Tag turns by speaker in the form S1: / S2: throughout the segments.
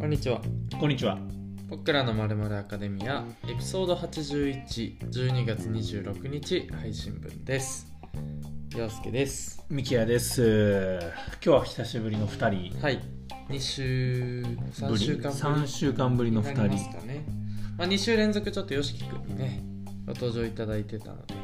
S1: こんにちは
S2: こんにちは。
S1: 僕らのまるまるアカデミアエピソード81、12月26日配信分です。陽介です。
S2: ミキヤです。今日は久しぶりの2人
S1: はい、2週、
S2: ぶ
S1: 3
S2: り。
S1: 週間ぶ
S2: 3
S1: り
S2: 週間ぶりの
S1: になり
S2: 2
S1: ます
S2: 人。
S1: かね。まあ、2週連続ちょっとよしきくんにね、ご登場いただいてたので、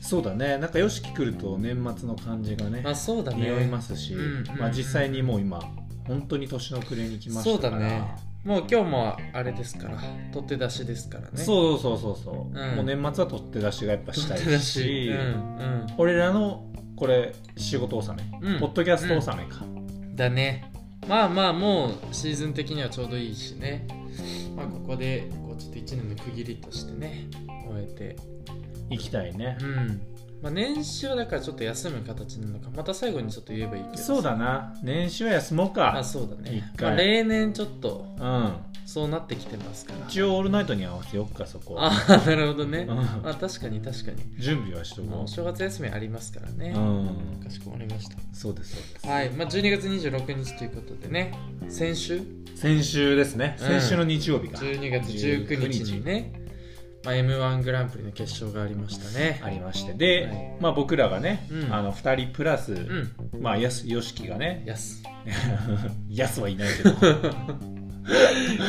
S2: そうだね。なんか、よしき来ると年末の感じがね
S1: ま、あそうだね。
S2: 匂いますし
S1: うんうんうん、
S2: まあ実際にもう今、本当に年の暮れに来まし
S1: そう
S2: た
S1: だ
S2: から。
S1: ね。もう今日もあれですから、取って出しですからね。う、
S2: そうそうそうそう。もう
S1: うん
S2: 年末は取って出しがやっぱした
S1: 取って出
S2: い
S1: し。
S2: し
S1: う、ん、
S2: 俺らのこれ、仕事納め。
S1: うん。うん
S2: ポッドキャスト納めか。
S1: だねまあまあもうシーズン的にはちょうどいいしねまあここでこうちょっと1年の区切りとしてね終えて
S2: 行きたいね
S1: う。んまあ年始はだからちょっと休む形なのかまた最後にちょっと言えばいいけど
S2: そうだな。年始は休もう
S1: あ
S2: か。
S1: そうだね
S2: 一、回
S1: まあ、例年ちょっと
S2: うん。
S1: そうなってきてますから
S2: 一応、オールナイトに合わせよっか、そこ。
S1: ああなるほどね
S2: うん
S1: まあ確かに確かに
S2: 準備はしと
S1: まあ
S2: こ
S1: お正月休みありますから
S2: う。
S1: ね
S2: うん。
S1: かしこまりました
S2: そうです、そうです。
S1: はい、まあ、12月26日ということでね先週
S2: 先週ですね。
S1: うん
S2: 先週の日曜日が。
S1: 12月19日にね、まあ、m 1グランプリの決勝がありましたね
S2: ありまして。で、
S1: はい
S2: まあ僕らがね、
S1: うん
S2: あの、二人プラス、
S1: うん
S2: まあ、やす、よしきがね、
S1: やす
S2: やすはいないけど、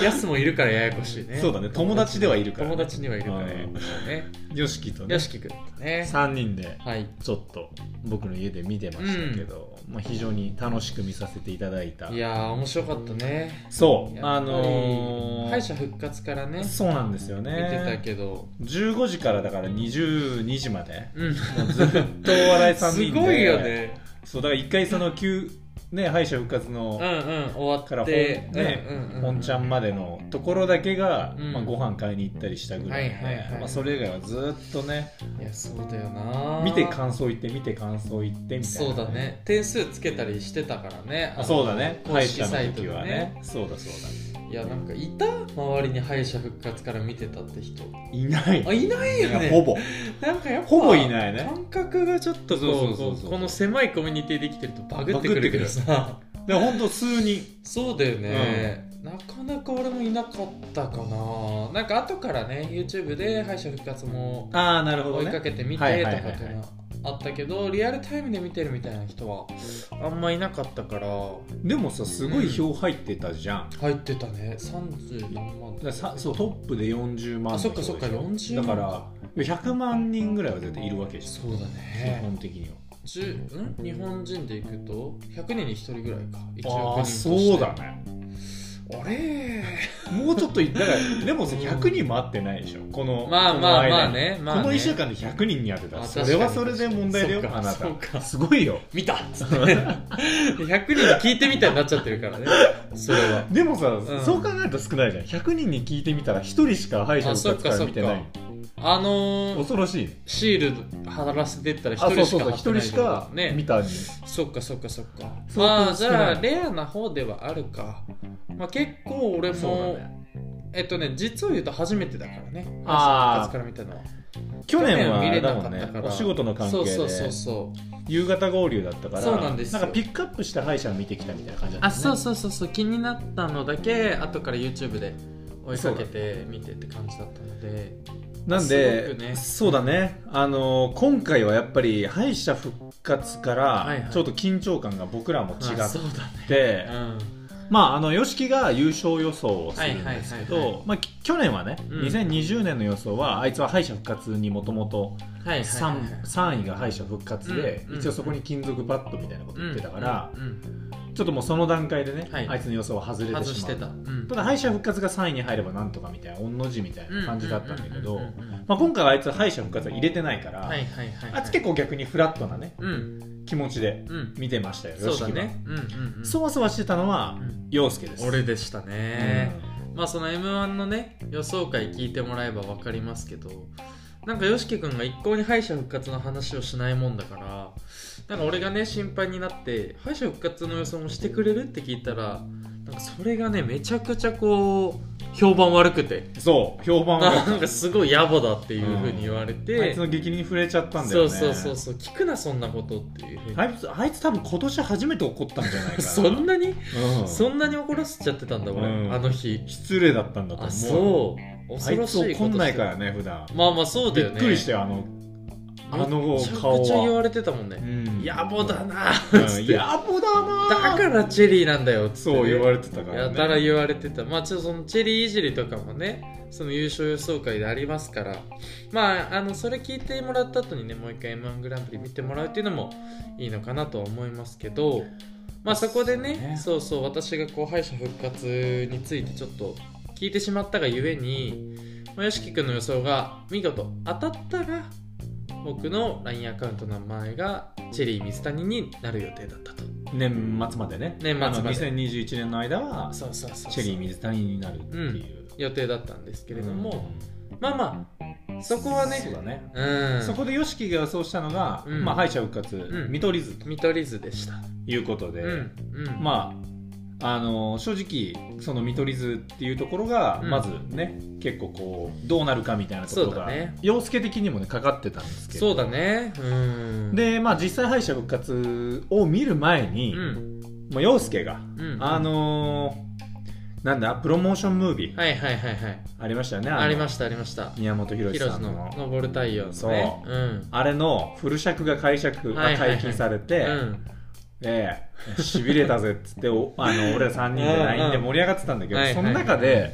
S1: やすもいるからややこしいね
S2: そうだね友達ではいるからね
S1: 友達にはいるからややこしいね
S2: よしきとね
S1: よ、しきくんとね
S2: 三人で、
S1: はい
S2: ちょっと僕の家で見てましたけど、まあ非常に楽しく見させていただいた
S1: い。やー面白かったね
S2: そう、
S1: や
S2: あ
S1: っぱり
S2: のー
S1: 敗者復活からね
S2: そうなんですよ
S1: 見てた
S2: ね。
S1: けど
S2: 15時からだから22時まで。
S1: うん
S2: ずっとお笑い3
S1: す
S2: 人で
S1: ごいよね
S2: そうだから一回その旧ね敗者復活
S1: うん
S2: の
S1: うん終
S2: か
S1: わ
S2: ら
S1: っ
S2: 本,、
S1: て
S2: ね
S1: うんうんうん
S2: 本ちゃんまでのところだけが、
S1: うん
S2: まあ、ご飯買いに行ったりしたぐらいで、
S1: はいはいはい
S2: まあ、それ以外はずっとね
S1: いやそうだよな
S2: 見て感想言って見て感想言ってみたい
S1: そ
S2: な
S1: うだね点数つけたりしてたからね
S2: あそうだね
S1: 公
S2: 敗
S1: 式
S2: 者
S1: サイ
S2: の
S1: トで
S2: 時はねそうだそう
S1: いやなんかいた周りに敗者復活から見てたって人
S2: だいない
S1: あいないよ
S2: い
S1: ね
S2: やほぼ
S1: なんかやっぱ
S2: ほぼいないね
S1: 感覚がちょっとこう
S2: そうそうそうそう
S1: こうこの狭いコミュニティできてるとバグってくるけどさ
S2: でほんと数人
S1: そうだよね、なかなか俺もいなかったかななんか後からね YouTube で敗者復活も
S2: ああなるほ
S1: 追いかけて見てとかって
S2: はいいうは
S1: のは
S2: いはいはい
S1: あったけどリアルタイムで見てるみたいな人はあんまいなかったから
S2: でもさすごい票入ってたじゃん、
S1: 入ってたね34万
S2: だからさそうトップで40万
S1: あそっかそっか
S2: の人で
S1: 40
S2: しょ
S1: 万
S2: だから100万人ぐらいは絶対いるわけじゃん
S1: そうだね
S2: 基本的には
S1: 10ん日本人でいくと100人に1人ぐらいか1
S2: あ
S1: 億人
S2: あ
S1: として
S2: そうだね
S1: あれ
S2: もうちょっといだからでもさ
S1: うん
S2: 100人も会ってないでしょこの
S1: まあ
S2: この
S1: まあ
S2: 間
S1: まあねまあね
S2: この1週間で100人に会ってた
S1: あ
S2: ら
S1: 確か
S2: そ
S1: に
S2: れはそれで問題だよ
S1: そっか
S2: あな
S1: そうか
S2: たすごいよ
S1: 見たっ つって100人に聞いてみたいになっちゃってるからねそれ は
S2: でもさ、
S1: ん
S2: そう考えると少ないじゃん100人に聞いてみたら1人しか敗者復活か
S1: あそっかそ
S2: ら
S1: っか
S2: 見てない
S1: あのー、
S2: 恐ろしいね
S1: シール貼らせてったら
S2: あ
S1: 1
S2: そ
S1: 人しか貼
S2: うそうそう1
S1: って
S2: 人
S1: ない
S2: しか
S1: ね
S2: 見たに、
S1: そっかそっかそっか
S2: 相当
S1: まあじ
S2: 少
S1: ゃ
S2: な
S1: あ
S2: い
S1: レアな方ではあるか、まあ、結構俺
S2: そう
S1: も、
S2: だね
S1: えっとね実を言うと初めてだからね
S2: あ
S1: 敗者復活
S2: ー
S1: から見たのは
S2: 去年
S1: 去
S2: はあ
S1: 年は見れ
S2: れ
S1: な
S2: だ
S1: かっ
S2: もん
S1: た
S2: ね
S1: から
S2: お仕事の関
S1: そ
S2: 係
S1: う
S2: で
S1: そうそうそう
S2: 夕方合流だったから
S1: そうなんですよ
S2: かピックアップして歯医者見てきたみたいな感じだ
S1: あ
S2: ったね
S1: そうそうそうそう気になったのだけ後から YouTube で追いかけて見てって感じだったので
S2: なん
S1: す
S2: で
S1: ご、くね
S2: そうだねあのー今回はやっぱり敗者復活か
S1: はいは
S2: ら
S1: い
S2: ちょっと緊張感が僕らも違
S1: あ
S2: っ
S1: そうだね
S2: て
S1: うん
S2: まああの YOSHIKI が優勝予想をするんです
S1: は
S2: け
S1: いはいはい
S2: どまあき去年はね、
S1: うん
S2: 2020年の予想はあいつは敗者復活にもともと
S1: はいはいはいはい
S2: 3位が敗者復活で、
S1: うんうん
S2: 一応そこに金属バットみたいなこと言ってたから、
S1: うんうん
S2: ちょっともうその段階でね、
S1: はい
S2: あいつの予想は
S1: う
S2: 外
S1: ん
S2: れて
S1: 外し
S2: しま
S1: て
S2: う
S1: たうん
S2: ただ敗者復活が3位に入ればなんとかみたいな御の字みたいな感じだったんだけど、
S1: ううんうんうん
S2: まあ、今回はあいつ敗者復活は入れてないから、
S1: はいはいはいはい
S2: あいつ結構逆にフラットなね
S1: うん
S2: 気持ちで
S1: うん
S2: 見てましたよ、
S1: そうだ
S2: 吉木は
S1: ねうんうんうん
S2: そわそわしてたのは、
S1: うん
S2: 陽介です
S1: 俺でした
S2: う
S1: ね
S2: ん
S1: まあその m 1のね予想会聞いてもらえば分かりますけどなんか YOSHIKI 君が一向に敗者復活の話をしないもんだからなんか俺がね心配になって敗者復活の予想もしてくれるって聞いたらなんかそれがねめちゃくちゃこう評判悪くて
S2: そう評判悪かった
S1: なんかすごい野暮だっていうふうに言われ
S2: あい
S1: て
S2: つの激に触れちゃったんだ
S1: そ
S2: よ
S1: う
S2: ね
S1: そうそうそう聞くなそんなことっていうふうに
S2: あいつあいつ多分今年初めて怒ったんじゃない かな
S1: そんなに
S2: うん
S1: そんなに怒らせちゃってたんだ俺
S2: うん
S1: あの日
S2: 失礼だったんだと思う
S1: あそう
S2: あ
S1: 恐
S2: い
S1: ろ
S2: つ
S1: しいことして
S2: 怒んないからね普段
S1: まあまあそうだ
S2: び
S1: よ
S2: っ
S1: ね
S2: くりしたよあのあの顔
S1: めちゃくちゃ言
S2: は
S1: われてたもん
S2: う
S1: ね
S2: ん
S1: 野暮だな
S2: うん
S1: っつって
S2: 野暮だな
S1: だからチェリーなんだよっつってね
S2: そう言われてたから
S1: や
S2: ね
S1: たら言われてたまあちょっとそのチェリーいじりとかもねその優勝予想会でありますからまああのそれ聞いてもらった後にねもう一回 m 1グランプリ見てもらうっていうのもいいのかなとは思いますけどまあそこでね
S2: そう
S1: そ
S2: ね
S1: うそう私がこう敗者復活についてちょっと聞いてしまったがゆえに y o s h i 君の予想が見事当たったら僕の LINE アカウントの名前がチェリー水谷になる予定だったと
S2: 年末までね
S1: 年末まで
S2: あの2021年の間は
S1: そうそうそうそう
S2: チェリー水谷になるっていう、
S1: 予定だったんですけれども、
S2: うん
S1: まあまあそこはね
S2: そうだね
S1: うん
S2: そこで YOSHIKI が予想したのが、
S1: うん
S2: まあ、敗者復活、
S1: うん
S2: 見取り図と
S1: 見取り図でした、
S2: いうことで、
S1: うんうん
S2: まああの正直その見取り図っていうところが、
S1: うん
S2: まずね結構こうどうなるかみたいなところ
S1: そうだ
S2: が、
S1: ね
S2: 洋介的にもねかかってたんですけど
S1: そうだねうん
S2: でまあ実際敗者復活を見る前
S1: う
S2: に、
S1: ん
S2: まあ、洋介が、
S1: うん
S2: あのーなんだプロモーションムービー
S1: はいはいはいはい
S2: ありましたよね
S1: ありま
S2: し
S1: したありました
S2: 宮本浩
S1: ヒ
S2: 次
S1: ロ
S2: さ
S1: シ
S2: んの
S1: の「登る太陽」のね
S2: そう
S1: うん
S2: あれのフル尺が解釈、
S1: はいはいはい
S2: 解禁されて、
S1: うん
S2: でしびれたぜっつっておあの俺ら3人で
S1: うんうん
S2: LINE で盛り上がってたんだけど、
S1: はいは
S2: そ
S1: い
S2: の中で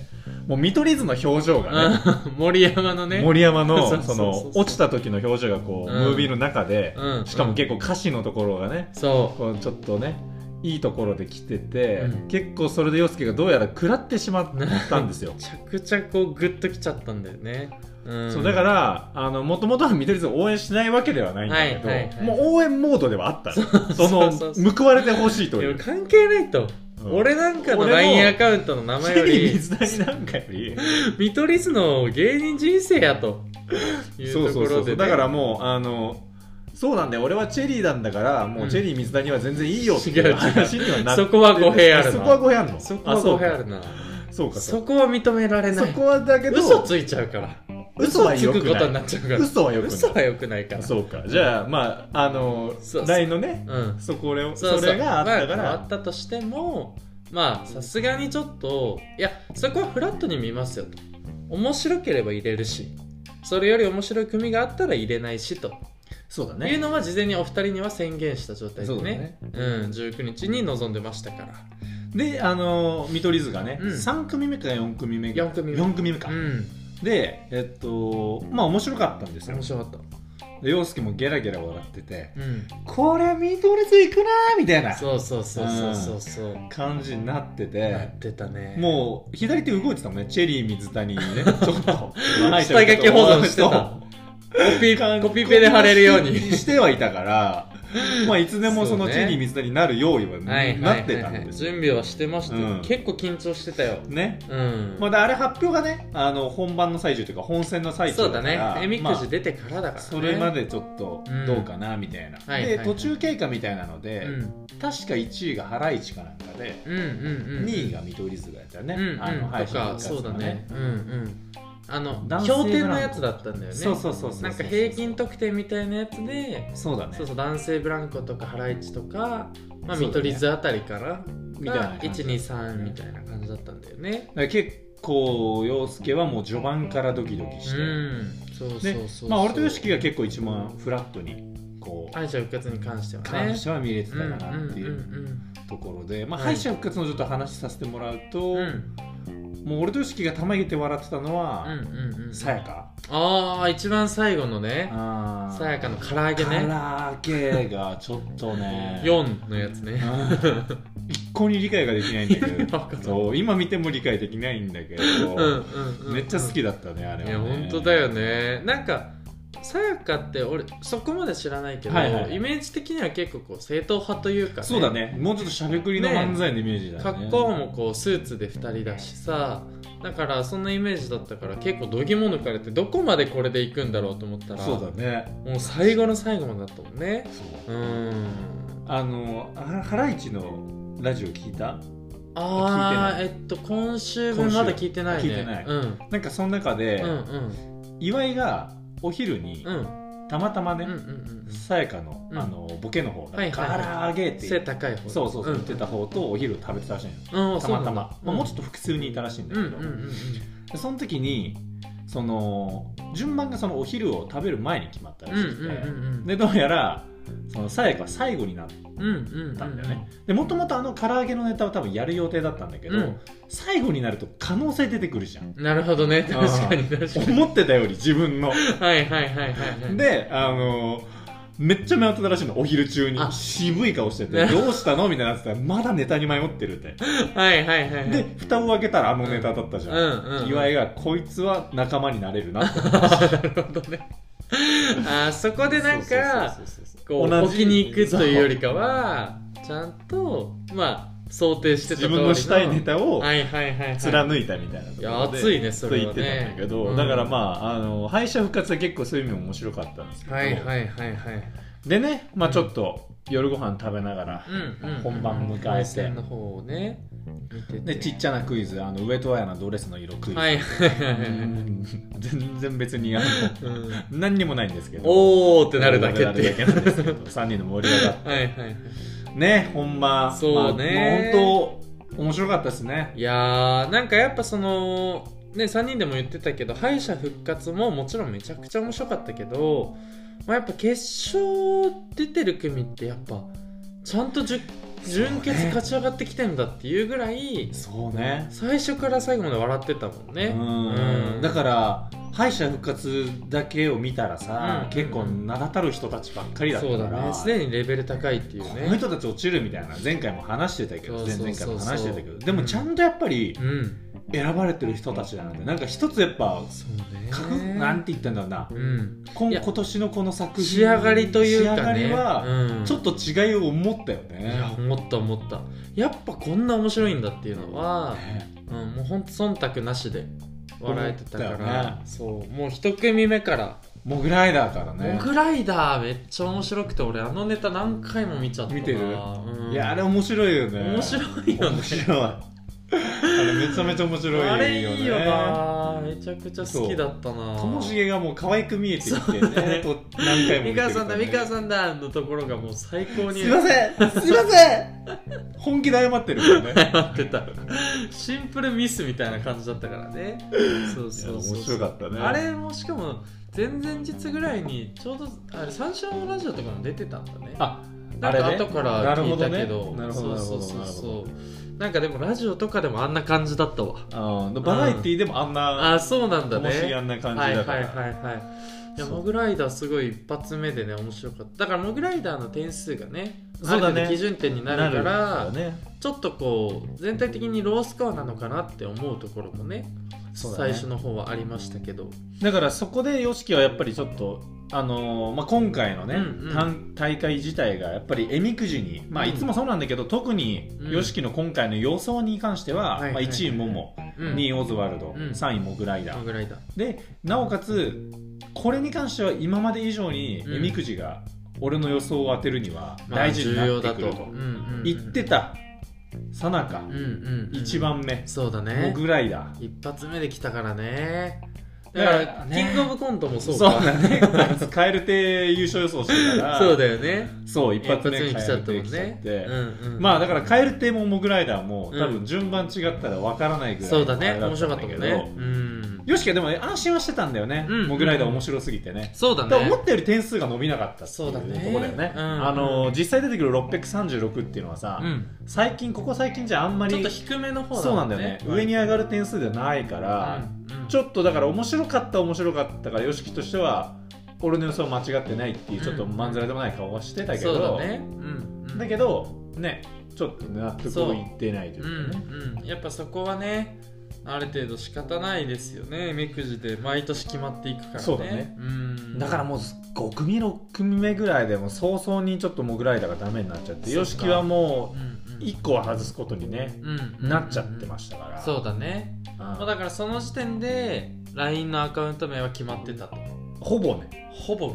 S2: もう見取り図の表情がね、
S1: あ森山のね
S2: 森山
S1: そう
S2: の
S1: そ
S2: そう
S1: そうそう
S2: の落ちた時の表情がこう、
S1: うん
S2: ムービーの中で、
S1: うん
S2: しかも結構歌詞のところがね
S1: そ
S2: こうちょっとねいいところで来てて、
S1: うん
S2: 結構それで洋介がどうやら食らってしまったんですよ
S1: う。着々こうグッときちゃったんだよねうん
S2: そうだからあのもともとは見取り図を応援しないわけではないんだけど、
S1: はいはいはい
S2: もう応援モードではあったの
S1: そ
S2: そ
S1: う
S2: の
S1: そう
S2: 報われてほしいと
S1: い
S2: い
S1: や
S2: う、
S1: 関係ないと
S2: うん
S1: 俺なんかの
S2: 俺も
S1: LINE アカウントの名
S2: チ
S1: 前
S2: ェ
S1: よ
S2: リ
S1: り
S2: ー水谷なんかより
S1: 見取り図の芸人人生やという
S2: そう
S1: とこ
S2: そうそ
S1: ろ
S2: うそ
S1: で、ね、
S2: うだからもうあのそうなんだよ俺はチェリーなんだからもうチェリー水谷は全然いいよってい
S1: 違う違
S2: う
S1: う
S2: 話にはなって
S1: そこは語弊あるな
S2: そこは語弊あるの
S1: そこは語弊あるな
S2: あそうかそう
S1: そこは認められ
S2: か
S1: な
S2: そ
S1: い
S2: こはだけど
S1: 嘘ついちゃうから
S2: 嘘は良
S1: 嘘
S2: く
S1: つく
S2: ない
S1: ことになっちゃうから嘘
S2: 嘘はよく
S1: 嘘
S2: な
S1: はい良くないからう
S2: そうかじゃあまああの
S1: そう
S2: 来のね
S1: ん
S2: そこれを
S1: そうそう
S2: それがあったか
S1: まあ、あ
S2: ら
S1: ったとしてもまあさすがにちょっといやそこはフラットに見ますよと面白ければ入れるしそれより面白い組があったら入れないしと
S2: そうだ
S1: いうのは事前にお二人には宣言した状態で
S2: そうだ
S1: ね
S2: ね
S1: うん、19日に臨んでましたから
S2: であの見取り図がね
S1: うん
S2: 3組目か4組目か
S1: 四組目
S2: 四組目か
S1: うん
S2: でえっとまあ面白かったんですよ
S1: 面白かった
S2: で陽介もゲラゲラ笑ってて
S1: うん
S2: これ見取り図いくなーみたいな
S1: そうそうそうそうそうそう
S2: 感じになって
S1: なっててたねう
S2: もう左手動いてたもんねチェリー水谷に ねちょっと
S1: 下書き保存してたコピーコピペで貼れるように
S2: してはい たからまあいつでもそ
S1: そ
S2: の
S1: うね
S2: チェリー水谷になる用意は
S1: はい
S2: なってた
S1: はいはい
S2: ん
S1: はい
S2: です
S1: 準
S2: よ
S1: 備はしてましたよ、
S2: うん
S1: 結構緊張してたよ
S2: ね
S1: うん、
S2: まあ、であれ発表がねあの本番の最中というか本戦の最中
S1: そうだね
S2: から
S1: えみ
S2: ま
S1: く
S2: あ
S1: じ出てからだからね、
S2: それまでちょっとどうかなみたいな、
S1: はいはい
S2: で
S1: はい
S2: 途中経過みたいなので、
S1: うん
S2: 確か1位がハライチかなんかで、
S1: うんうんうん
S2: 2位が見取り図がやったよね、
S1: うんうん
S2: あの敗
S1: と
S2: 者
S1: か
S2: 復活
S1: そうだ
S2: の
S1: ねうんうんあの
S2: 男性
S1: 氷点のやつだったんだよね
S2: そうそうそうそう
S1: なんか平均得点みたいなやつで
S2: そうだね
S1: そうそう男性ブランコとかハライチとか、まあ、
S2: そうだね
S1: 見取り図あたりから
S2: みたいな
S1: が
S2: 感じ
S1: 123みたいな感じだったんだよね。
S2: だから結構陽介はもう序盤からドキドキ
S1: う
S2: して、
S1: ん、そうそうそう
S2: で
S1: そう。
S2: まあ、俺と YOSHIKI が結構一番フラットにこう
S1: 敗者復活に関してはね。
S2: 関しては見れてた
S1: うん
S2: かなっていうところで、まあ、
S1: うん
S2: 敗者復活のちょっと話させてもらうと、
S1: うんうんうんうん
S2: もう俺と YOSHIKI が玉入れて笑ってたのは、
S1: うんうんうん
S2: さやか
S1: ああ一番最後のね
S2: あ
S1: さやかの唐揚げね
S2: 唐揚げがちょっとね
S1: 4のやつね
S2: うん一向に理解ができないんだ け
S1: わかんな
S2: ど
S1: い
S2: そう今見ても理解できないんだけど、めっちゃ好き
S1: だ
S2: だったねあれは、
S1: い
S2: ね、
S1: や本当だよねなんかさやかって俺そこまで知らないけど、
S2: はいはい
S1: イメージ的には結構こう正統派というか、
S2: そうだねもうちょっとしゃべくりの漫才のイメージだね
S1: 格好もこうスーツで2人だしさだからそんなイメージだったから結構どぎも抜かれてどこまでこれでいくんだろうと思ったら
S2: そうだね
S1: もう最後の最後までだったもんね
S2: そう
S1: うーん
S2: あのあハライチのラジオ聞いた
S1: ああ
S2: 聞
S1: え
S2: い
S1: っと今週分まだ聞いてないね
S2: 今週聞いてない
S1: うん、
S2: なんかその中で、
S1: うん
S2: 岩井がお昼に
S1: うんうん
S2: たまたまね
S1: うんうんうん
S2: さやかの,、
S1: うん
S2: あのボケの方
S1: は
S2: が
S1: いはいはい
S2: から揚げって
S1: 背高い方
S2: そうそうそう、
S1: ん
S2: 言ってた方とお昼食べてたらしいのよ
S1: うん
S2: たまたま、まあ、もうちょ
S1: っ
S2: っと普通にいたらしいんだ
S1: う
S2: け
S1: ん
S2: ど、
S1: うんうんうん
S2: でその時にその順番がそのお昼を食べる前に決まったら
S1: うんう
S2: し
S1: ん
S2: くて、
S1: うん
S2: でどうやらそのさやかは最後になっ
S1: うんうんうんうん
S2: たんだよね、でもともとあの唐揚げのネタは多分やる予定だったんだけど、
S1: うん
S2: 最後になると可能性出てくるじゃん
S1: なるほどね確かに確かに
S2: 思ってたより自分 の
S1: はいはいはいはいはい
S2: であのめっちゃ迷ってたらしいのお昼中に
S1: あ
S2: 渋い顔してて
S1: ね
S2: どうしたのみたいなやつってまだネタに迷ってる って
S1: はいはいはいはい
S2: で蓋を開けたらあのネタだったじゃん、
S1: うんうん
S2: 岩井がこいつは仲間になれるなって
S1: あなるほどねあーそこでなんか
S2: そうそうそうそう
S1: こう
S2: 同
S1: 置
S2: じ
S1: きに行くというよりかはちゃんとまあ想定してた通り
S2: 自
S1: の
S2: 分のしたいネタを
S1: はいはいはいはい
S2: 貫いたみたいなところで
S1: いや熱いねそれはね
S2: そう言ってたんだけど、
S1: うん
S2: だからまああの敗者復活は結構そういう意味も面白かったんですけど、
S1: はいはいはいはい
S2: でね、まあ、ちょっと夜ご飯食べながら、
S1: うんうん
S2: 本番迎えて
S1: 回線の方をね見てて
S2: でちっちゃなクイズあの上戸彩のドレスの色クイズ、
S1: はいはいは
S2: う
S1: いはい
S2: ん全然別にあの
S1: うん
S2: 何にもないんですけどっ
S1: おーってなるだけっていう
S2: なんですけど3人の盛り上がっ
S1: はいはいはい
S2: てね本番
S1: そうね
S2: まあもう本当面白かったですね
S1: いやーなんかやっぱそのね3人でも言ってたけど敗者復活ももちろんめちゃくちゃ面白かったけど、まあ、やっぱ決勝出てる組ってやっぱちゃんとじゅ準決勝ち上がってきてんだっていうぐらい
S2: そうね
S1: 最初から最後まで笑ってたもんね
S2: うんだからら敗者復活だけを見たらさ、
S1: うん
S2: 結構名だたる人たちばっかりだった
S1: そう
S2: か
S1: だ
S2: ら
S1: ねすでにレベル高いっていう
S2: この
S1: ね
S2: 人たち落ちるみたいな前回も話してたけど
S1: そう
S2: 前
S1: そうそう
S2: 々
S1: そ
S2: 回
S1: う
S2: も話してたけどでもちゃんとやっぱり
S1: うん
S2: 選ばれてる人たちなのでなんか一つやっぱ
S1: そうね
S2: かなんて言ったんだろうな
S1: うん
S2: 今
S1: いや
S2: 今年のこの作品
S1: 仕上がりという
S2: 仕上
S1: か
S2: が
S1: ね
S2: りは
S1: うん
S2: ちょっと違いを思ったよ
S1: いや
S2: ね
S1: 思った思ったやっぱこんな面白いんだっていうのは、
S2: ね
S1: うん、もうほんと忖度なしで笑えてたか
S2: 思った
S1: ら
S2: よね
S1: そうもう一組目から
S2: モグライダーから
S1: 「
S2: ね
S1: モグライダー」めっちゃ面白くて俺あのネタ何回も見ちゃったな
S2: 見てる
S1: うん、
S2: いやあれ面白いよね
S1: 面白いよね
S2: 面白いあれめちゃめちゃ面白いよね
S1: あれいいよなめちゃくちゃ好きだったな
S2: ともしげがもう可愛く見えてきてね
S1: そうね
S2: と何回も見て
S1: 美
S2: るか
S1: 川
S2: らね
S1: さんだ美川さんだのところがもう最高に
S2: すいませんすいません本気で謝ってるからね
S1: 合ってたシンプルミスみたいな感じだったからねそう
S2: いや
S1: そう
S2: 面
S1: そう
S2: 白かったね
S1: あれもしかも前々日ぐらいにちょうどあれ三四郎のラジオとかも出てたんだね
S2: あ
S1: なんか後から聞いたけど
S2: なるほどねなるほど
S1: そうそうそう
S2: なるほど
S1: そ
S2: な
S1: うなんかでもラジオとかでもあんな感じだったわ
S2: あーバラエティーでもあんな
S1: あそうなんだ
S2: ともしげ
S1: ね
S2: あんな感
S1: は
S2: じ
S1: いは
S2: だ
S1: い
S2: か
S1: はい
S2: ら
S1: はいいや
S2: そう
S1: モグライダーすごい一発目でね面白かっただからモグライダーの点数がね
S2: そうだね
S1: ある程度基準点になるから
S2: ね
S1: ちょっとこう全体的にロースコアなのかなって思うところもね
S2: そうだ
S1: 最
S2: ね
S1: 初の方はありましたけど
S2: だからそこで YOSHIKI はやっぱりちょっと、あのーまあ、今回のね、
S1: うんうん
S2: 単大会自体がやっぱりえみくじに、まあ、
S1: うん
S2: いつもそうなんだけど、特に
S1: うん
S2: YOSHIKI の今回の予想に関しては、
S1: はいはい
S2: まあ、1位モモ、
S1: うん
S2: 2位オズワルド、
S1: うん
S2: 3位モグライダー、
S1: モグライダー
S2: でなおかつこれに関しては今まで以上に
S1: うん
S2: えみくじが俺の予想を当てるには
S1: まあ
S2: 大事になって
S1: 重
S2: く
S1: 要
S2: る
S1: だ
S2: と,、
S1: うんうんうん
S2: 言ってたさなか
S1: うんうんうん
S2: 1番目、
S1: そうだ
S2: モ
S1: ね
S2: グライダー。
S1: 一発目で来たからねだ
S2: だ
S1: か
S2: からら
S1: キングオブコントもそう
S2: そう
S1: か
S2: だね、カエル亭優勝予想してたか ら、
S1: そうだよね
S2: そう一
S1: 一発
S2: 発目
S1: 目に来ちゃったもん
S2: 蛙亭
S1: ねう
S2: 来ちゃって
S1: んうん
S2: まあだから蛙亭もモグライダーも
S1: うん
S2: 多分順番違ったらわからないぐらい
S1: そうだね
S2: あれ
S1: 面白かっ
S2: ん
S1: た
S2: だ
S1: も
S2: け
S1: ん
S2: ど
S1: ねうん
S2: よしきはでもね安心はしてたんだよね、
S1: うん
S2: モグライダー面白すぎてね、
S1: そうだ
S2: だから
S1: ね
S2: 思ったより点数が伸びなかったってい
S1: そうだね
S2: うとこだよね、
S1: うん
S2: あの実際出てくる636っていうのはさ、
S1: うん
S2: 最近ここ最近じゃあんま
S1: ちょっ
S2: り
S1: と低めの方
S2: そうなんだよね上に上がる点数ではないか
S1: う
S2: ら、
S1: んうん
S2: ちょっとだから面白かった面白かったから YOSHIKI としては俺の予想間違ってないっていうちょっとまんざらでもない顔はしてたけど、
S1: そうだねうんうん
S2: だけどねちょっと納得をいってないといううかね、
S1: んうんやっぱそこはねある程度仕方ないですよね目くじで毎年決まっていくからね
S2: そうだね
S1: うん
S2: だからもう5組6組目ぐらいでも早々にちょっとモグライダーがダメになっちゃって
S1: そうか
S2: YOSHIKI はも
S1: うん
S2: う
S1: うん
S2: 1個は外すことにね
S1: うん
S2: なっちゃってましたから、
S1: そうだね、
S2: うん
S1: まあ、だからその時点で LINE のアカウント名は決まってたと
S2: ほぼね、
S1: ほぼ
S2: う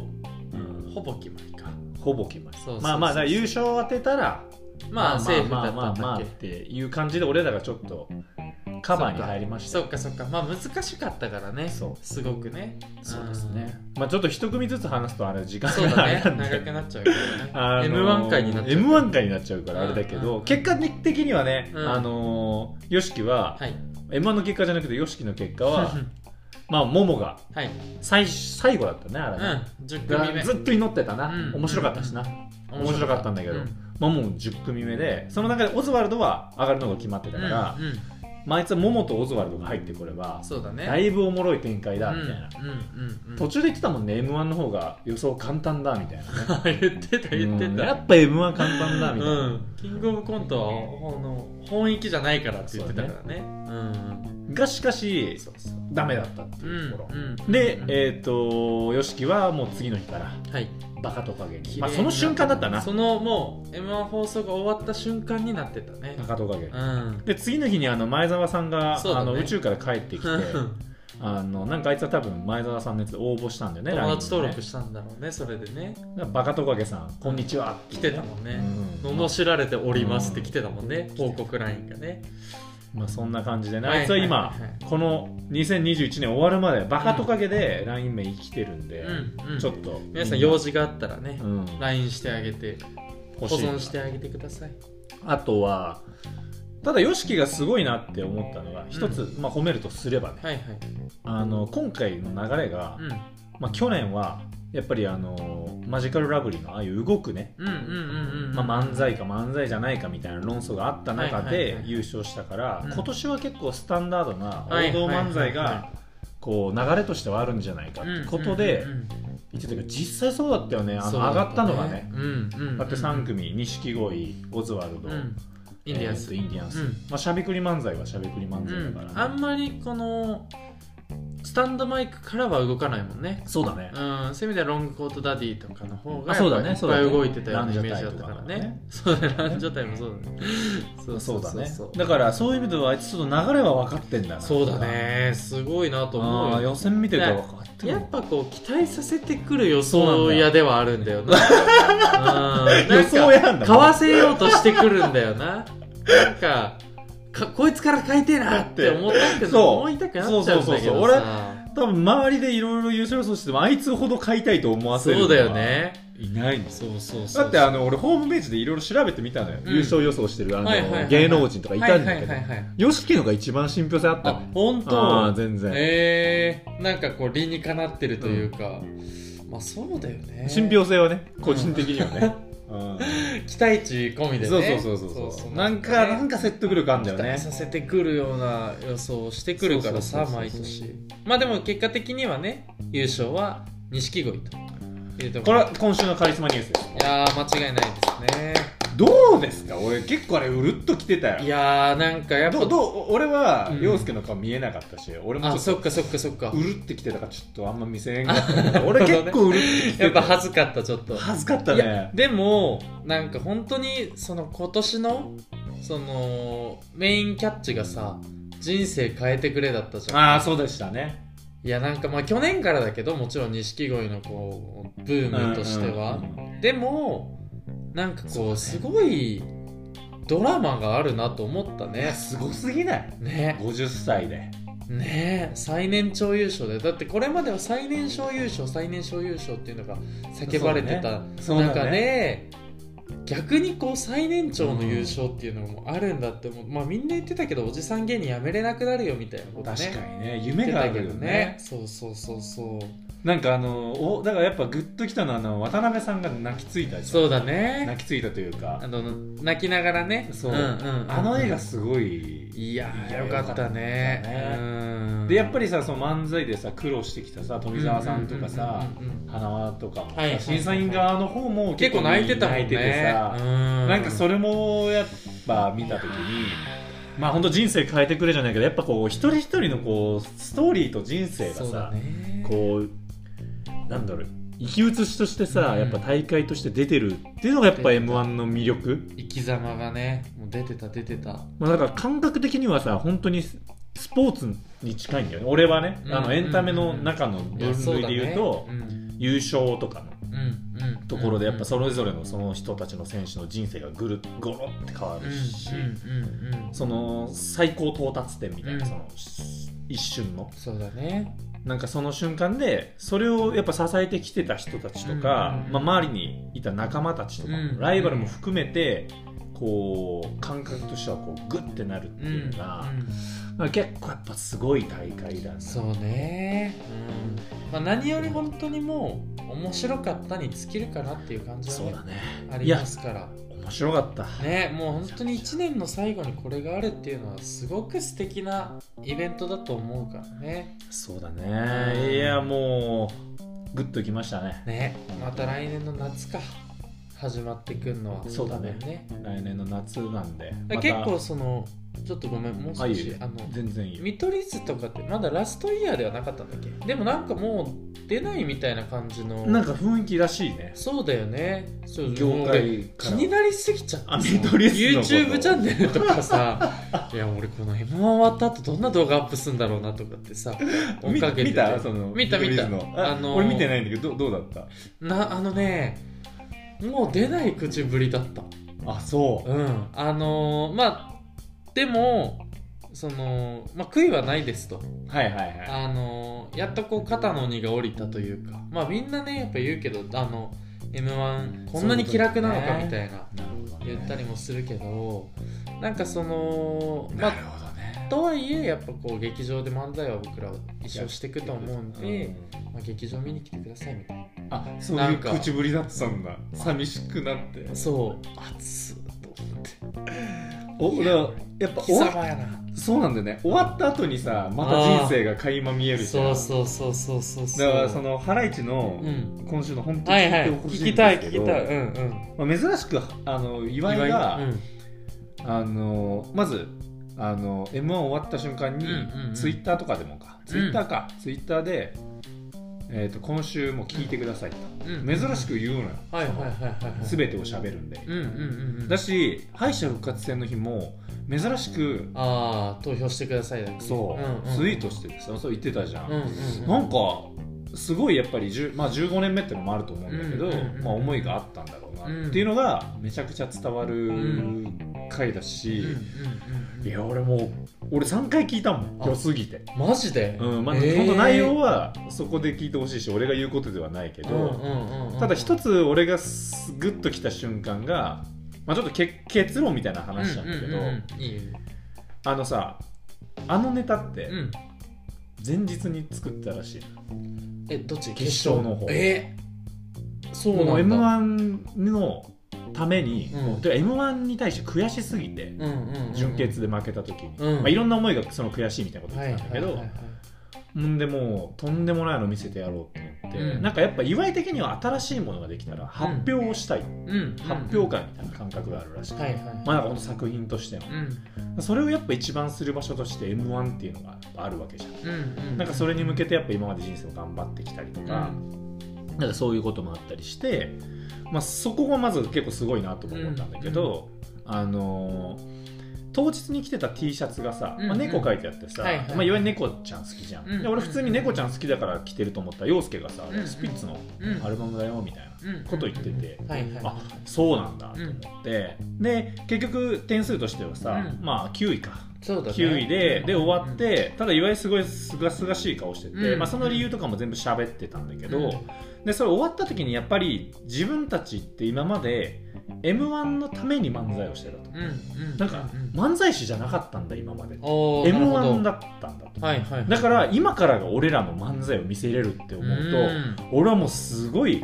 S2: ん
S1: ほぼ決まりか
S2: ほぼ決まり
S1: そうそうそう
S2: まあまあだから優勝を当てたら
S1: まあセーフ
S2: ま
S1: だ
S2: あまあまあ
S1: っ
S2: ま
S1: た
S2: あ
S1: んだ
S2: っ
S1: っけ
S2: ていう感じで俺らがちょっとカバーに入りました
S1: そっかそっかまあ難しかったからね
S2: そう
S1: すごくね
S2: そうですねまあちょっと一組ずつ話すとあれ時
S1: うん
S2: 間
S1: そう
S2: が
S1: だ
S2: あれ
S1: ね
S2: なんで
S1: 長くなっちゃうから
S2: あ
S1: ね
S2: の
S1: m 1回になっちゃう
S2: M1 回になっちゃうからあれだけ
S1: うんうん
S2: ど、
S1: うん
S2: 結果的にはね、
S1: うん
S2: あのー、YOSHIKI は、
S1: はい
S2: M1 の結果じゃなくて YOSHIKI の結果はまあモモが
S1: はい
S2: 最最後だったねあれね、
S1: うん10
S2: だ
S1: 組
S2: から
S1: 目
S2: ずっと祈ってたな、
S1: うん
S2: 面白かったしな、面白かったんだけど
S1: う
S2: まあもう10組目でその中でオズワルドは上がるのが決まってたから、
S1: うんうん
S2: まあ、あいつはモモとオズワルドが入ってこれば
S1: そうだね
S2: だいぶおもろい展開だみたいな、
S1: うんうんうんうん
S2: 途中で言ってたもんね m 1の方が予想簡単だみたいなね
S1: 言ってた言って
S2: うん
S1: た
S2: やっぱ m 1簡単だ
S1: う
S2: みたいな、
S1: んキングオブコントはあの本域じゃないからって言ってたからねうん
S2: がしかし
S1: そうそう
S2: ダメだったって
S1: う
S2: いうと
S1: ん
S2: ころ、
S1: うん
S2: で、
S1: うん
S2: えっ、と YOSHIKI はもう次の日から
S1: はい
S2: バカトカゲに、まあ、その瞬間だったな
S1: そのもう m 1放送が終わった瞬間になってたね
S2: バカトカゲ、
S1: うん
S2: で次の日にあの前澤さんが、
S1: そうだね
S2: あの宇宙から帰ってきてあのなんかあいつは多分前澤さんのやつで応募したんだよね
S1: 友達登録
S2: し
S1: したんだろうねそれでね
S2: バカトカゲさんこんにちは
S1: 来てたもん
S2: う
S1: ね
S2: ん
S1: 罵られておりますって来てたもんね報告ラインがね
S2: まあそんな感じでね
S1: はい
S2: あいつは今、
S1: はいはいはい
S2: この2021年終わるまでバカトカゲで LINE 名生きてるんで、
S1: うんうん
S2: ちょっと
S1: 皆さん用事があったらね
S2: うん
S1: LINE してあげて保
S2: 欲しい
S1: 存してあげてください
S2: あとはただ YOSHIKI がすごいなって思ったのが一つ、まあ、褒めるとすればね
S1: はいはい
S2: あの今回の流れが、
S1: うん
S2: まあ、去年はやっぱりあのマジカルラブリーのああいう動くね、
S1: うんうんうんうん
S2: まあ、漫才か漫才じゃないかみたいな論争があった中
S1: はいはいは
S2: で
S1: い
S2: 優勝したから、
S1: うん
S2: 今年は結構スタンダードな
S1: はい
S2: 王道漫才
S1: はいはい
S2: がこう流れとしてはあるんじゃないかってことで
S1: うんうんうん
S2: 言ってたけど実際そうだったよねあの
S1: そう
S2: 上がったのがね
S1: うんうんうん
S2: だって3組錦鯉オズワルド、
S1: うんインディアンス
S2: えーインディアンス、
S1: うん
S2: まあ、しゃべくり漫才はしゃべくり漫
S1: う
S2: 才だからね、
S1: んあんまりこのスタンドマイクからは動かないもんね
S2: そうだね、
S1: うん、そういう意味ではロングコートダディとかの方が
S2: あそうだね
S1: やっぱ
S2: そうだ
S1: い
S2: ね
S1: っぱい動いてたようなイメージだったからねそうだねランジャタイもそうだねそ
S2: そうだね
S1: そう
S2: だからそういう意味ではあいつちょっと流れは分かってんだな
S1: そうだねすごいなと思う
S2: あ
S1: よ
S2: ー予選見てるから分かってる
S1: やっぱこう期待させてくる予
S2: そう
S1: 想
S2: なんだ
S1: 屋ではあるん だよなうん
S2: 予想やんだ
S1: かわせようとしてくるんだよななんかかこいつから買いてえなって思ったけ
S2: そう
S1: ど思いたくなっちゃうんだけ
S2: そうそうそうそう
S1: ど
S2: 俺
S1: さ
S2: 多分周りでいろいろ優勝予想してもあいつほど買いたいと思わせるの
S1: そ
S2: は
S1: うだよね
S2: いないんです
S1: そうそうそう
S2: だってあの俺ホームページでいろいろ調べてみたのよ、
S1: うん
S2: 優勝予想してるあの、
S1: はいはいはいはい
S2: 芸能人とかいたんだけど
S1: はいはいはいはい、
S2: YOSHIKI のが一番信憑性あった
S1: あ
S2: ね
S1: 本
S2: ああ
S1: 当
S2: 全然、
S1: えー、なんかこう理にかなってるというか、まあそうだよね
S2: 信憑性はね個人的には ね、うん
S1: 期待値込みでね
S2: そうそうそうそうそうなんか、なんか説得力あるんだよ
S1: 期
S2: ね
S1: 待させてくるような予想をしてくるからさ
S2: そうそうそう
S1: 毎
S2: そう
S1: 年まあでも結果的にはね優勝は錦鯉というとこ
S2: こ
S1: ろ
S2: れは今週のカリスマニュースです
S1: いやー間違いないですね
S2: どうですか俺結構あれうるっときてた
S1: い
S2: よ
S1: やーなんかやっ
S2: ど
S1: ぱ
S2: うどう俺は
S1: うん
S2: 陽介の顔見えなかったし俺も
S1: あ
S2: ちょ
S1: そ
S2: っ
S1: っかそっかそっか
S2: とうるってきてたからちょっとあんま見せれんかったけ ど俺結構うるってきてた
S1: やっぱ恥ずかったちょっと
S2: 恥ずかった
S1: いや
S2: ね
S1: でもなんか本当にその今年のそのメインキャッチがさ人生変えてくれだったじゃん
S2: ああそうでしたね
S1: いやなんかまあ去年からだけどもちろん錦鯉のこうブームとしては、
S2: うんうん
S1: でもなんか
S2: そう
S1: こ
S2: ね
S1: うすごいドラマがあるなと思った
S2: いや
S1: ね
S2: すごすぎない
S1: ね
S2: 50歳で
S1: ね最年長優勝でだってこれまでは最年少優勝最年少優勝っていうのが叫ばれてた
S2: そうだねそうだね
S1: 中で、逆にこう最年長の優勝っていうのもあるんだって思う、まあみんな言ってたけどおじさん芸人やめれなくなるよみたいなことね
S2: 確かにね
S1: 言っ
S2: 夢
S1: て
S2: があ
S1: た
S2: る
S1: け
S2: よ
S1: どね
S2: ね
S1: そうそうそうそう
S2: なんかあのおだからやっぱグッときたのはあの渡辺さんが泣きついたでしょ
S1: そうだね。
S2: 泣きついたという
S1: あ
S2: か
S1: の泣きながらね。
S2: そうん
S1: ん
S2: あの絵がすごい
S1: いや
S2: いや
S1: ーよかったね
S2: よかったね。
S1: うん
S2: でやっぱりさその漫才でさ苦労してきたさ富澤さんとかさ
S1: うんうんうんうん
S2: 花輪とかも
S1: はいはいはい
S2: さ審査員側の方も
S1: 結構泣いてたもんね。
S2: 泣いててさ
S1: な
S2: なんかそれもやっぱ見た時にまあ本当人生変えてくれじゃないけどやっぱこう一人一人のこうストーリーと人生が
S1: そうだ
S2: さ
S1: ね。
S2: こうなんだろう生き写しとしてさ
S1: うん
S2: やっぱ大会として出てるっていうのがやっぱ
S1: 出てた
S2: m 1の魅力
S1: 生き様がね、もう出てた出てた。
S2: まあだから感覚的にはさ本当にススポーツに近いんだよね俺はね
S1: うん
S2: あのエンタメの中の
S1: いや
S2: 分類で言うと
S1: そうだね
S2: 優勝とかの
S1: うんうんうん
S2: ところでやっぱそれぞれのその人たちの選手の人生がぐるっごろって変わ
S1: うん
S2: るし、
S1: うんうんうん
S2: その最高到達点みた
S1: う
S2: いな、
S1: ん
S2: その一瞬の
S1: そうだね
S2: なんかその瞬間でそれをやっぱ支えてきてた人たちとか、
S1: うん
S2: まあ、周りにいた仲間たちとか、
S1: うん
S2: ライバルも含めてこう感覚としてはこうグッてなるって
S1: うん
S2: いうのが、まあ結構やっぱすごい大会だな
S1: そうね、うんまあ、何より本当にもう面白かったに尽きるかなっていう感じ
S2: そう
S1: は
S2: だ
S1: ね
S2: ね
S1: ありますから
S2: 面白かった、
S1: ねもう本当に1年の最後にこれがあるっていうのはすごく素敵なイベントだと思うからね
S2: そうだ
S1: うん
S2: ねいやもうグッときましたね
S1: ねまた来年の夏か始まってくんのは
S2: そうだね
S1: 多分ね
S2: 来年の夏なんで
S1: だから結構そのちょっとごめんもう
S2: あ
S1: 少
S2: いい
S1: し
S2: よ
S1: あの
S2: 全然いいよ
S1: 見取り図とかってまだラストイヤーではなかったんだっけでもなんかもう出ないみたいな感じの
S2: なんか雰囲気らしいね
S1: そうだよねそう
S2: 業
S1: もう
S2: 界か
S1: 気
S2: ら
S1: になりすぎちゃって
S2: あ
S1: さ
S2: 見取り図のこと
S1: YouTube チャンネルとかさ いや俺この M1 終わった後どんな動画アップするんだろうなとかってさ追っかけてて
S2: 見たその
S1: 見た見た
S2: 見取り図のあ
S1: あのー
S2: 俺見てないんだけどどうどうだっ
S1: なあのねもう出ない口ぶりだった
S2: たあそ
S1: うんあのーまあでもその、まあ、悔いはないですと
S2: うはいはいはい
S1: あのやっとこう肩の荷が下りたというかまあみんなねやっぱ言うけどあの m 1こんなに気楽なのかみたいな
S2: なるほどね
S1: 言ったりもするけどなんかそのま
S2: なる
S1: あ
S2: ほどね
S1: とはいえやっぱこう劇場で漫才は僕らは一生していくと思うんで、まあ、劇場見に来てくださいみたい
S2: うんあそう
S1: ない
S2: うん
S1: か
S2: 口ぶりだったんだ寂しくなって
S1: なそう熱っと思って
S2: おだからやっ
S1: 貴
S2: ぱ終わ
S1: 様やな
S2: そうなんだよね終わった後にさまた人生が垣間見えるじゃ
S1: そ
S2: ん
S1: うそうそうそうそうそう
S2: だからそのハライチの
S1: うん
S2: 今週の本当に
S1: はいは
S2: 聞い
S1: い
S2: てほし
S1: 聞
S2: い
S1: き
S2: ん
S1: た
S2: で
S1: い
S2: す
S1: 聞
S2: け
S1: き
S2: ど
S1: たいうんうん
S2: まあ珍しくあの岩井が
S1: うん
S2: あのまずあの m 1終わった瞬間に、
S1: うんうんうん
S2: ツイッターとかでもかツイッターか、ツイッターで、えーと「今週も聞いてください」と
S1: うん
S2: 珍しく言うのよ、
S1: はいはいはいはいはい
S2: すべ全てを喋るんで、
S1: うんうんうんうん
S2: だし敗者復活戦の日も珍しく
S1: ああ投票してくださいだけ
S2: そう、
S1: んん
S2: ツイートしててさそう言ってたじゃん、
S1: うんうん
S2: なんかすごいやっぱり、10まあ、15年目ってのもあると思うんだけど、
S1: うんうんうん
S2: まあ、思いがあったんだろうな、っていうのがめちゃくちゃ伝わる回だし、
S1: うんうんうんうん
S2: いや俺もう俺3回聞いたもん
S1: あ
S2: 良すぎて
S1: マジで
S2: うんまあ、
S1: えー
S2: 本当内容はそこで聞いてほしいし俺が言うことではないけど、
S1: うんうんうんうん
S2: ただ一つ俺がすグッときた瞬間が、まあ、ちょっとけ結論みたいな話なんだけど、
S1: うんうんうんいいよ
S2: あのさあのネタって
S1: うん
S2: 前日に作ったらしい、
S1: えどっち
S2: 決勝の方
S1: えーそう
S2: もう
S1: なん
S2: m
S1: だ
S2: 1のために、
S1: うん
S2: てか m 1に対して悔しすぎて、
S1: うんうんうんうん
S2: 準決で負けた時に、
S1: うん
S2: まあ、いろんな思いがその悔しいみたいなこと
S1: は
S2: 言
S1: い
S2: っ
S1: は
S2: て
S1: い
S2: たんだ
S1: は
S2: け
S1: い
S2: ど、
S1: はい
S2: ほんでもうとんでもないの見せてやろうって思って、
S1: うん
S2: なんかやっぱ祝い的には新しいものができたら発表をしたい、
S1: うん
S2: 発表会みたいな感覚があるらしくて、
S1: はいはい
S2: まあなんかほんと作品としての、
S1: うん
S2: それをやっぱ一番する場所として m 1っていうのがやっぱあるわけじゃん、
S1: うんうん
S2: なんかそれに向けてやっぱ今まで人生を頑張ってきたりと
S1: うん
S2: か、なんかそういうこともあったりして、まあ、そこがまず結構すごいなとも思ったんだけど、あのー当日に着てた T シャツがさ、
S1: うんうん
S2: まあ、猫描いてあってさ、
S1: はい
S2: い
S1: はい
S2: まあ、いわゆる猫ちゃん好きじゃん、
S1: うん
S2: で俺普通に猫ちゃん好きだから着てると思ったら陽介がさ、
S1: うんうん
S2: スピッツの
S1: うん
S2: アルバムだよみたいな、
S1: うん
S2: こと言ってて
S1: はいはい
S2: あそうなんだと思って、で結局点数としてはさ、
S1: うん
S2: まあ9位か
S1: そうだね
S2: 9位でで終わっ
S1: うん
S2: てただ岩井すごいすがすがしい顔してて、
S1: うん
S2: まあ、その理由とかも全部喋ってたんだけど、
S1: うん
S2: でそれ終わった時にやっぱり自分たちって今まで m 1のために漫才をしてたと、
S1: うんうん
S2: なんか漫才師じゃなかったんだ今まで
S1: お
S2: m 1
S1: だ
S2: だったんだと
S1: はいはい
S2: だから今からが俺らの漫才を見せれるって思うと、
S1: と
S2: 俺はもうすごい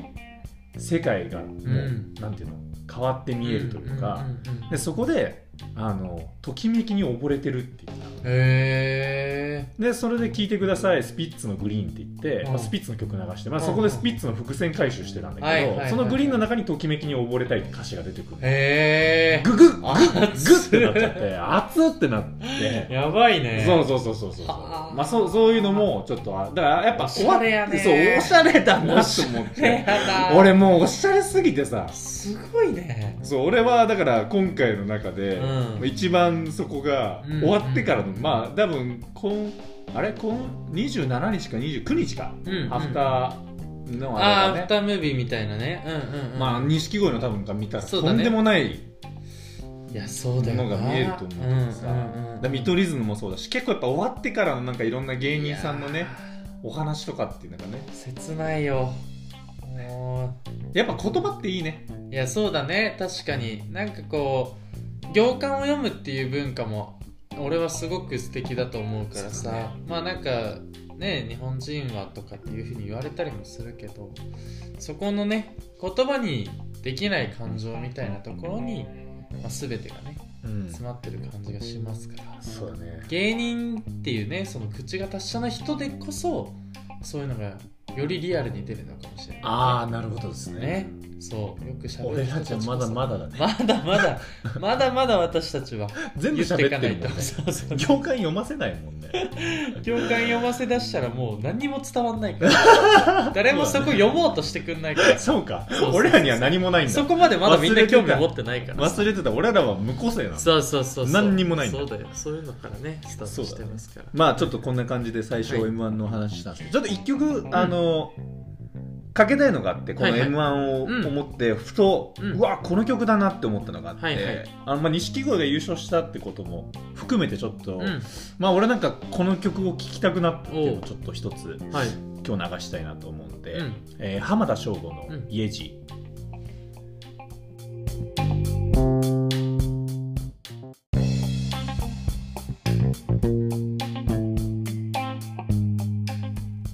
S2: 世界がもう、
S1: ん
S2: なんていうの変わって見えるというか、で
S1: へ
S2: そこであのときめきに溺れてるって言ったの
S1: え
S2: でそれで聞いてくださいスピッツのグリーンって言って、
S1: うん
S2: まあスピッツの曲流して、まあ、
S1: うん
S2: そこでスピッツの伏線回収してたんだけど、
S1: はいはいはいはい
S2: そのグリーンの中にときめきに溺れたいって歌詞が出てくる
S1: へえ
S2: ググッグ
S1: あ
S2: ッグ
S1: 熱
S2: ッってなっちゃって 熱ってなって
S1: やばいね
S2: そうそうそうそうそう
S1: はあ
S2: まあそうそういうのもちょっとあだからやっぱ
S1: おしゃれやね
S2: 終わってそうおしゃれだなと思 っ
S1: や
S2: て
S1: だ
S2: 俺もうおしゃれすぎてさ
S1: すごいね
S2: そう俺はだから今回の中で、
S1: うん
S2: 一番そこが
S1: うん
S2: 終わってからの、まあ多分今あれ今27日か29日か、
S1: うん
S2: アフターの
S1: あ
S2: あ
S1: あー、ア
S2: れ
S1: フ
S2: がね
S1: タームービーみたいなね。うんうん、うん。
S2: まあ錦鯉の多分が見たら
S1: そう
S2: と
S1: だね
S2: んでもない
S1: いや、そう
S2: も
S1: だよな。
S2: のが見えると思うからさだから見取り図もそうだし結構やっぱ終わってからのなんかいろんな芸人さんの
S1: い
S2: ね
S1: や
S2: お話とかっていうのがね
S1: ー切ないよ。もう。
S2: やっぱ言葉っていいね
S1: いやそうだね確かになんかこう行間を読むっていう文化も俺はすごく素敵だと思うから
S2: そ
S1: さ、
S2: うだね
S1: まあなんかね日本人はとかっていうふうに言われたりもするけどそこのね言葉にできない感情みたいなところに、まあ、全てがね
S2: うん
S1: 詰まってる感じがしますから
S2: そうだね
S1: 芸人っていうねその口が達者な人でこそそういうのがよりリアルに出るのかもしれない、
S2: ああなるほどです
S1: ね、そうよくしゃべる
S2: 俺
S1: 人
S2: ら
S1: た
S2: じ
S1: ち
S2: ゃ
S1: こそ
S2: まだまだだね
S1: まだま だまだまだ私たちは
S2: 全部
S1: 言って
S2: 喋
S1: い
S2: って
S1: か
S2: る
S1: ないと
S2: もんね
S1: そうそう
S2: 行間読ませないもんね
S1: 行間読ませ出したらもう何にも伝わんないから 誰もそこ読もうとしてくんないから
S2: そうか
S1: そうそう
S2: 俺らには何もないんだ
S1: そこまでまだみんな興味持ってないから
S2: 忘れてた俺らは無個性なの
S1: そうそうそうそう
S2: 何にもないんだ
S1: そうだよそういうのからねスタートしてますから、
S2: まあちょっとこんな感じで最初
S1: はい
S2: m 1のお話したんですけど、ちょっと一曲、あのかけたいのがあってこの
S1: はいはい
S2: m 1を思ってふと、う
S1: うん
S2: わこの曲だなって思ったのがあって、
S1: はいはい
S2: あのまあ、錦鯉が優勝したってことも含めてちょっ
S1: う
S2: と、
S1: ん
S2: まあ俺なんかこの曲を聴きたくなっていうのを
S1: おう
S2: ちょっと一つ
S1: はい、
S2: 今日流したいなと思うんで、
S1: うん
S2: えー浜田省吾の
S1: うん
S2: 「家路」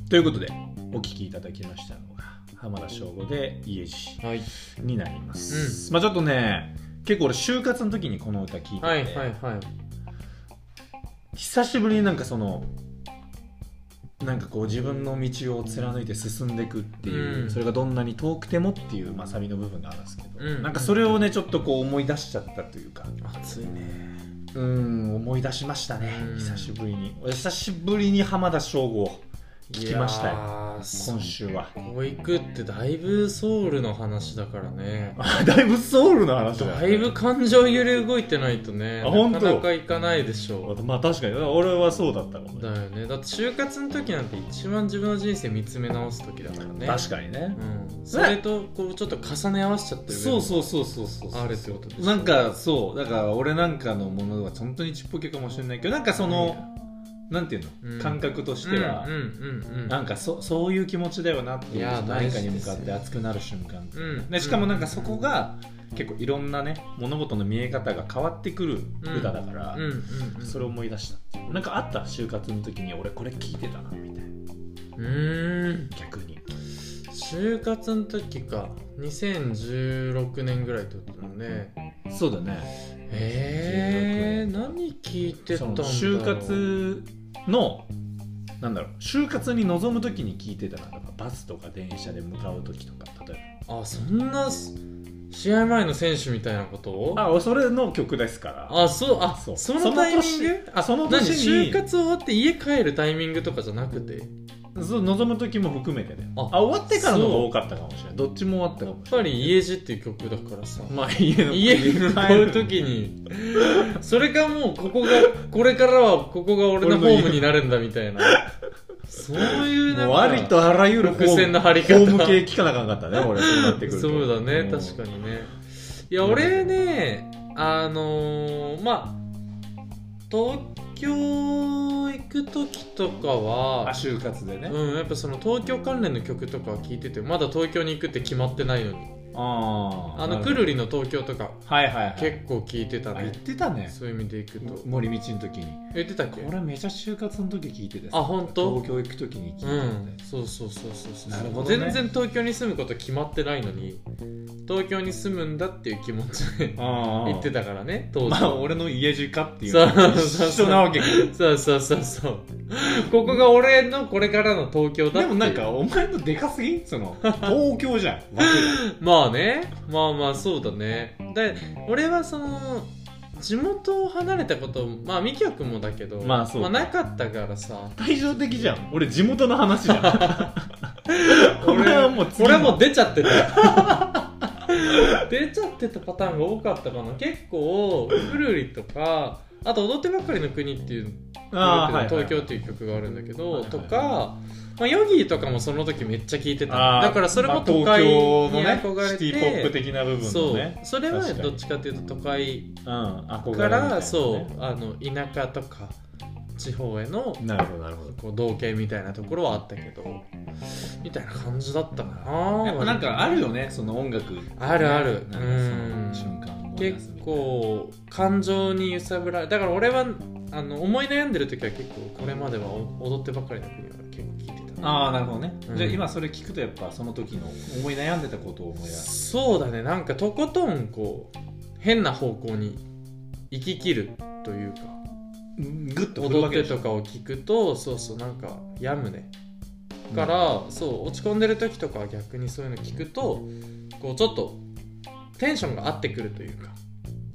S2: ということでお聴きいただきましたのが浜田省吾で「家路
S1: はい、」
S2: になります、まあちょっとね結構俺就活の時にこの歌聴いてて、
S1: はいはいはい
S2: 久しぶりになんかそのなんかこう自分の道を貫いて進んでいくっていう、
S1: うん
S2: それがどんなに遠くてもっていう、まあ、サビの部分があるんですけど、
S1: うん
S2: なんかそれをねちょっとこう思い出しちゃったというか
S1: 暑いね
S2: うん思い出しましたね、
S1: うん
S2: 久しぶりに久しぶりに浜田省吾を聞きましたよ今
S1: 今週
S2: 週は
S1: 保育ってだいぶソウルの話だからね
S2: だいぶソウルの話
S1: だいぶ感情揺れ動いてないとね
S2: あ本
S1: な
S2: 当
S1: かなかいかないでしょ
S2: まあ確かに俺はそうだったかも
S1: う
S2: ね
S1: だよねだって就活の時なんて一番自分の人生見つめ直す時だからね
S2: 確かにね、
S1: うん、それとこうちょっと重ね合わせちゃってる
S2: そうそうそうそうそうそう
S1: あるってことです
S2: なんかそうだから俺なんかのものは本当にちっぽけかもしれないけどなんかそのなんていうの、
S1: うん
S2: 感覚とし
S1: う
S2: て
S1: ん
S2: は、
S1: うんうんうん
S2: なんかそそういう気持ちだよなって
S1: い
S2: い
S1: うやー
S2: 何かに向か
S1: 大事で
S2: っ
S1: す
S2: て
S1: よ
S2: 熱くなる瞬間
S1: うん
S2: でしかもなんかそこが結構いろんなね物事の見え方が変わってくる歌だから、
S1: うんうんうん
S2: それを思い出したなんかあった就活の時に俺これ聞いてたなみたいな
S1: うーん
S2: 逆に
S1: 就活の時か2016年ぐらいってことだもんね
S2: そうだね
S1: えー、何聞いてた
S2: そ
S1: ん
S2: の
S1: だろう
S2: 就活のなんだろう就活に臨む時に聞いてたななんかバスとか電車で向かう時とか例えば
S1: あそんなす試合前の選手みたいなことを
S2: あ、それの曲ですから。
S1: あそうあそのタイミング
S2: あ、その
S1: 何
S2: 年に、
S1: 就活終わって家帰るタイミングとかじゃなくてやっ
S2: そう望む時も含めてね。あ
S1: あ
S2: 終わってからのが多かったかもしれない。どっちも終わったかもしれ
S1: ぱ
S2: ない。
S1: り「家路」っていう曲だからさ
S2: まあ、家 の
S1: 家に向かう時にそれがもうここがこれからはここが俺のホームになるんだみたい なそういうなん
S2: もうあり
S1: か
S2: とあらゆる
S1: 伏線の張り
S2: ホ
S1: 方
S2: ーム系聞かなあかんかったね、俺、そうなってくると。
S1: そうだね
S2: ん
S1: 確かにねいや俺ねあのーまあ東京行く時とか
S2: あ、
S1: は
S2: 就活でね。
S1: うんやっぱその東京関連の曲とかは聞いててまだ東京に行くって決まってないのに
S2: ああ。
S1: あの
S2: な
S1: く
S2: ほど
S1: るりの東京とか
S2: はいはいはい。
S1: 結構聞いてた
S2: あ、
S1: ね
S2: 言ってたね。
S1: そういう意味で行くと
S2: 森道の時に。
S1: 言ってたっけ
S2: 俺めちゃ就活の時聞いてた。
S1: あ本当
S2: 東京行く時に聞いて
S1: う
S2: たんだ
S1: ん
S2: よ、
S1: そうそうそうそうそう
S2: なるほどね
S1: 全然東京に住むこと決まってないのに東京に住むんだっていう気持ちで
S2: ああ。
S1: 言ってたからね当時、
S2: まあ俺の家路かっていう
S1: そうそうそう
S2: 一緒なわけか
S1: そうそうそうそうここが俺のこれからの東京だってい
S2: で
S1: う
S2: もなんかお前のでかすぎその東京じゃん枠
S1: まあねまあまあそうだねで俺はその地元を離れたことまあ美樹君もだけど
S2: まあそう
S1: まあ、なかったからさ
S2: が対照的じゃん俺地元の話じゃんお 前
S1: 俺
S2: はもう
S1: 俺はもう
S2: う
S1: 出ちゃってた出ちゃってたパターンが多かったかな結構くるりとかあと「踊ってばかりの国」っていう
S2: ああ、はいはい、
S1: 東京っていう曲があるんだけど、
S2: はいはい
S1: とかまあ、ヨギーとかもその時めっちゃ聞いてたの
S2: あー
S1: だからそれも都会に
S2: まあ東
S1: 憧
S2: 京のね
S1: れ
S2: シ
S1: て、
S2: ティポップ的な部分のね
S1: そうそれは
S2: 確かに
S1: どっちかというと都会
S2: うん憧れみた
S1: か
S2: いな
S1: ら、
S2: ね
S1: そうあの田舎とか地方への
S2: なるほどなるほど
S1: こう同型みたいなところはあったけどみたいな感じだったかな
S2: やっぱなんかあるよねその音楽
S1: あるある
S2: なん
S1: うん
S2: かその瞬間思い出
S1: 結
S2: すみたいな
S1: 構感情に揺さぶられだから俺はあの思い悩んでる時は結構これまでは踊ってばっかりの国は結構聞いてた
S2: ああなるほどね、
S1: うん
S2: じゃあ今それ聞くとやっぱその時の思い悩んでたことを思い出す
S1: そうだねなんかとことんこう変な方向に行ききるというか
S2: グッとくる
S1: 踊
S2: わ
S1: っ
S2: け
S1: て
S2: でしょ
S1: とかを聞くとそうそうなんか病むねから、そう落ち込んでる時とかは逆にそういうの聞くとこうちょっとテンションが合ってくるというか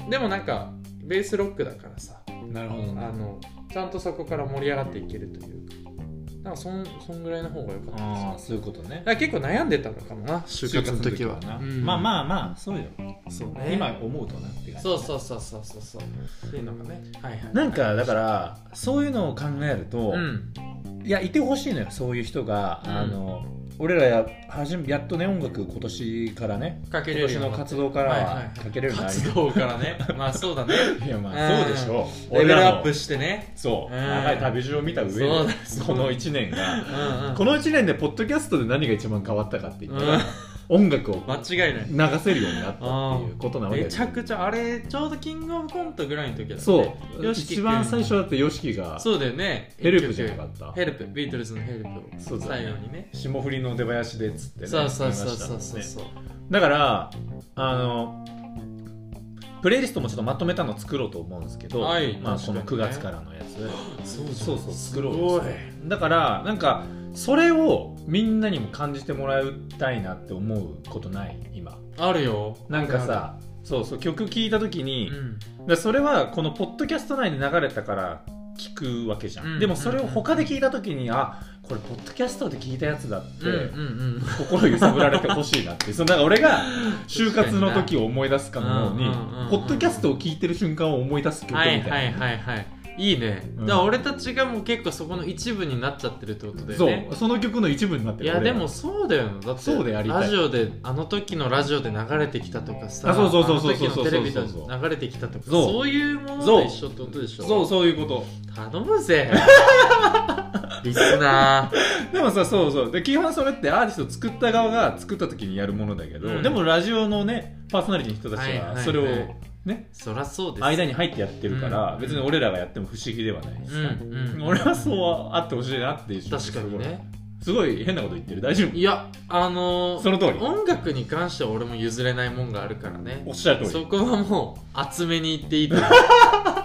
S1: でもなんかベースロックだからさ
S2: なるほど
S1: あ
S2: ね
S1: のちゃんとそこから盛り上がっていけるというかなんかそんそんぐらいの方が良かったです
S2: あ
S1: ね
S2: あそういうことね
S1: だから結構悩んでたのかもな就活の時は
S2: 就活のな
S1: うん
S2: まあまあまあそうよ、
S1: そう
S2: 今思うとなって感じ
S1: そうそうそうそうそうそうっていうのがねはいはい
S2: なんかだからそういうのを考えると、
S1: うん
S2: いやいてほしいのよそういう人が、
S1: うん
S2: あの俺らやはじめやっとね音楽今年からね
S1: かけれる
S2: 今年
S1: ように
S2: の
S1: なって
S2: 活動から
S1: はいはい
S2: は
S1: はい
S2: かけれるようになり
S1: 活動からねまあそうだ ね
S2: いやまあそうでしょう
S1: レベ
S2: 俺
S1: ル
S2: ら
S1: ア
S2: も
S1: ップしてね
S2: そう、
S1: うん
S2: 長い旅路を見た上で
S1: そうだそうだ
S2: この1年が
S1: うんうん
S2: この1年でポッドキャストで何が一番変わったかって言ったら、音楽を
S1: 間違いない
S2: 流せるようになったっていうことなわけ
S1: め
S2: です
S1: ちゃくちゃあれちょうどキングオブコントぐらいの時だね
S2: そう
S1: よしきくん
S2: 一番最初だって YOSHIKI が
S1: そうだよね
S2: ヘルプじゃなかった
S1: ヘルプビートルズのヘルプ
S2: そ
S1: を
S2: うだね
S1: 最後にね
S2: 霜降りの出囃子でっつってね
S1: そうそうそう
S2: 言い
S1: そう
S2: ました
S1: そ
S2: も
S1: うん
S2: ね
S1: そう
S2: だからあのプレイリストもちょっとまとめたの作ろうと思うんですけど、
S1: はい
S2: まあ、この
S1: 確か
S2: 9
S1: にね
S2: 月からのやつ
S1: そう
S2: そうそう作ろう
S1: すごい
S2: だからなんかそれをみんなにも感じてもらいたいなって思うことない今
S1: あるよ
S2: なんかさそうそう曲聴いた時
S1: う
S2: に、
S1: ん
S2: でそれはこのポッドキャスト内で流れたから聞くわけじゃん、
S1: うん
S2: でもそれを他で聞いた時に、あこれポッドキャストで聞いたやつだって、
S1: うんうん
S2: 心揺さぶられてほしいなってそのなんか俺が就活の時を思い出すかのように
S1: うんうんうん
S2: ポッドキャストを聞いてる瞬間を思い出す
S1: うん
S2: 曲み
S1: は
S2: た
S1: い
S2: いな、
S1: はいはいはいいいね、
S2: うん
S1: だから俺たちがもう結構そこの一部になっちゃってるってことだよ
S2: そ
S1: ね
S2: うその曲の一部になって
S1: いや
S2: 俺
S1: で
S2: ら
S1: もそうだよだって
S2: そうでありたい
S1: ラジオであの時のラジオで流れてきたとかさ
S2: あそうそうそうそう
S1: あの時のテレビで
S2: そうそうそうそう
S1: 流れてきたとか
S2: そう
S1: そういうものと一緒ってことでしょ
S2: そうそういうこと
S1: 頼む ぜリスナー
S2: でもさそうそうで基本それってアーティスト作った側が作った時にやるものだけど、
S1: うん
S2: でもラジオのねパーソナリティの人た
S1: は
S2: ち
S1: いはいは
S2: はいそれをね、
S1: そらそうです
S2: 間
S1: に
S2: に入ってやってるから、
S1: うん
S2: 別に俺らがやっても不思議ではないで
S1: う
S2: す、
S1: んうん
S2: 俺はそうあってほしいなっていう
S1: 確かにね
S2: すごいすごい変なこと言ってる大丈夫
S1: いやあのー
S2: その通り
S1: 音楽に関しては俺も譲れないもんがあるからね
S2: おっしゃる通り
S1: そこはもう厚めにいっていいと思う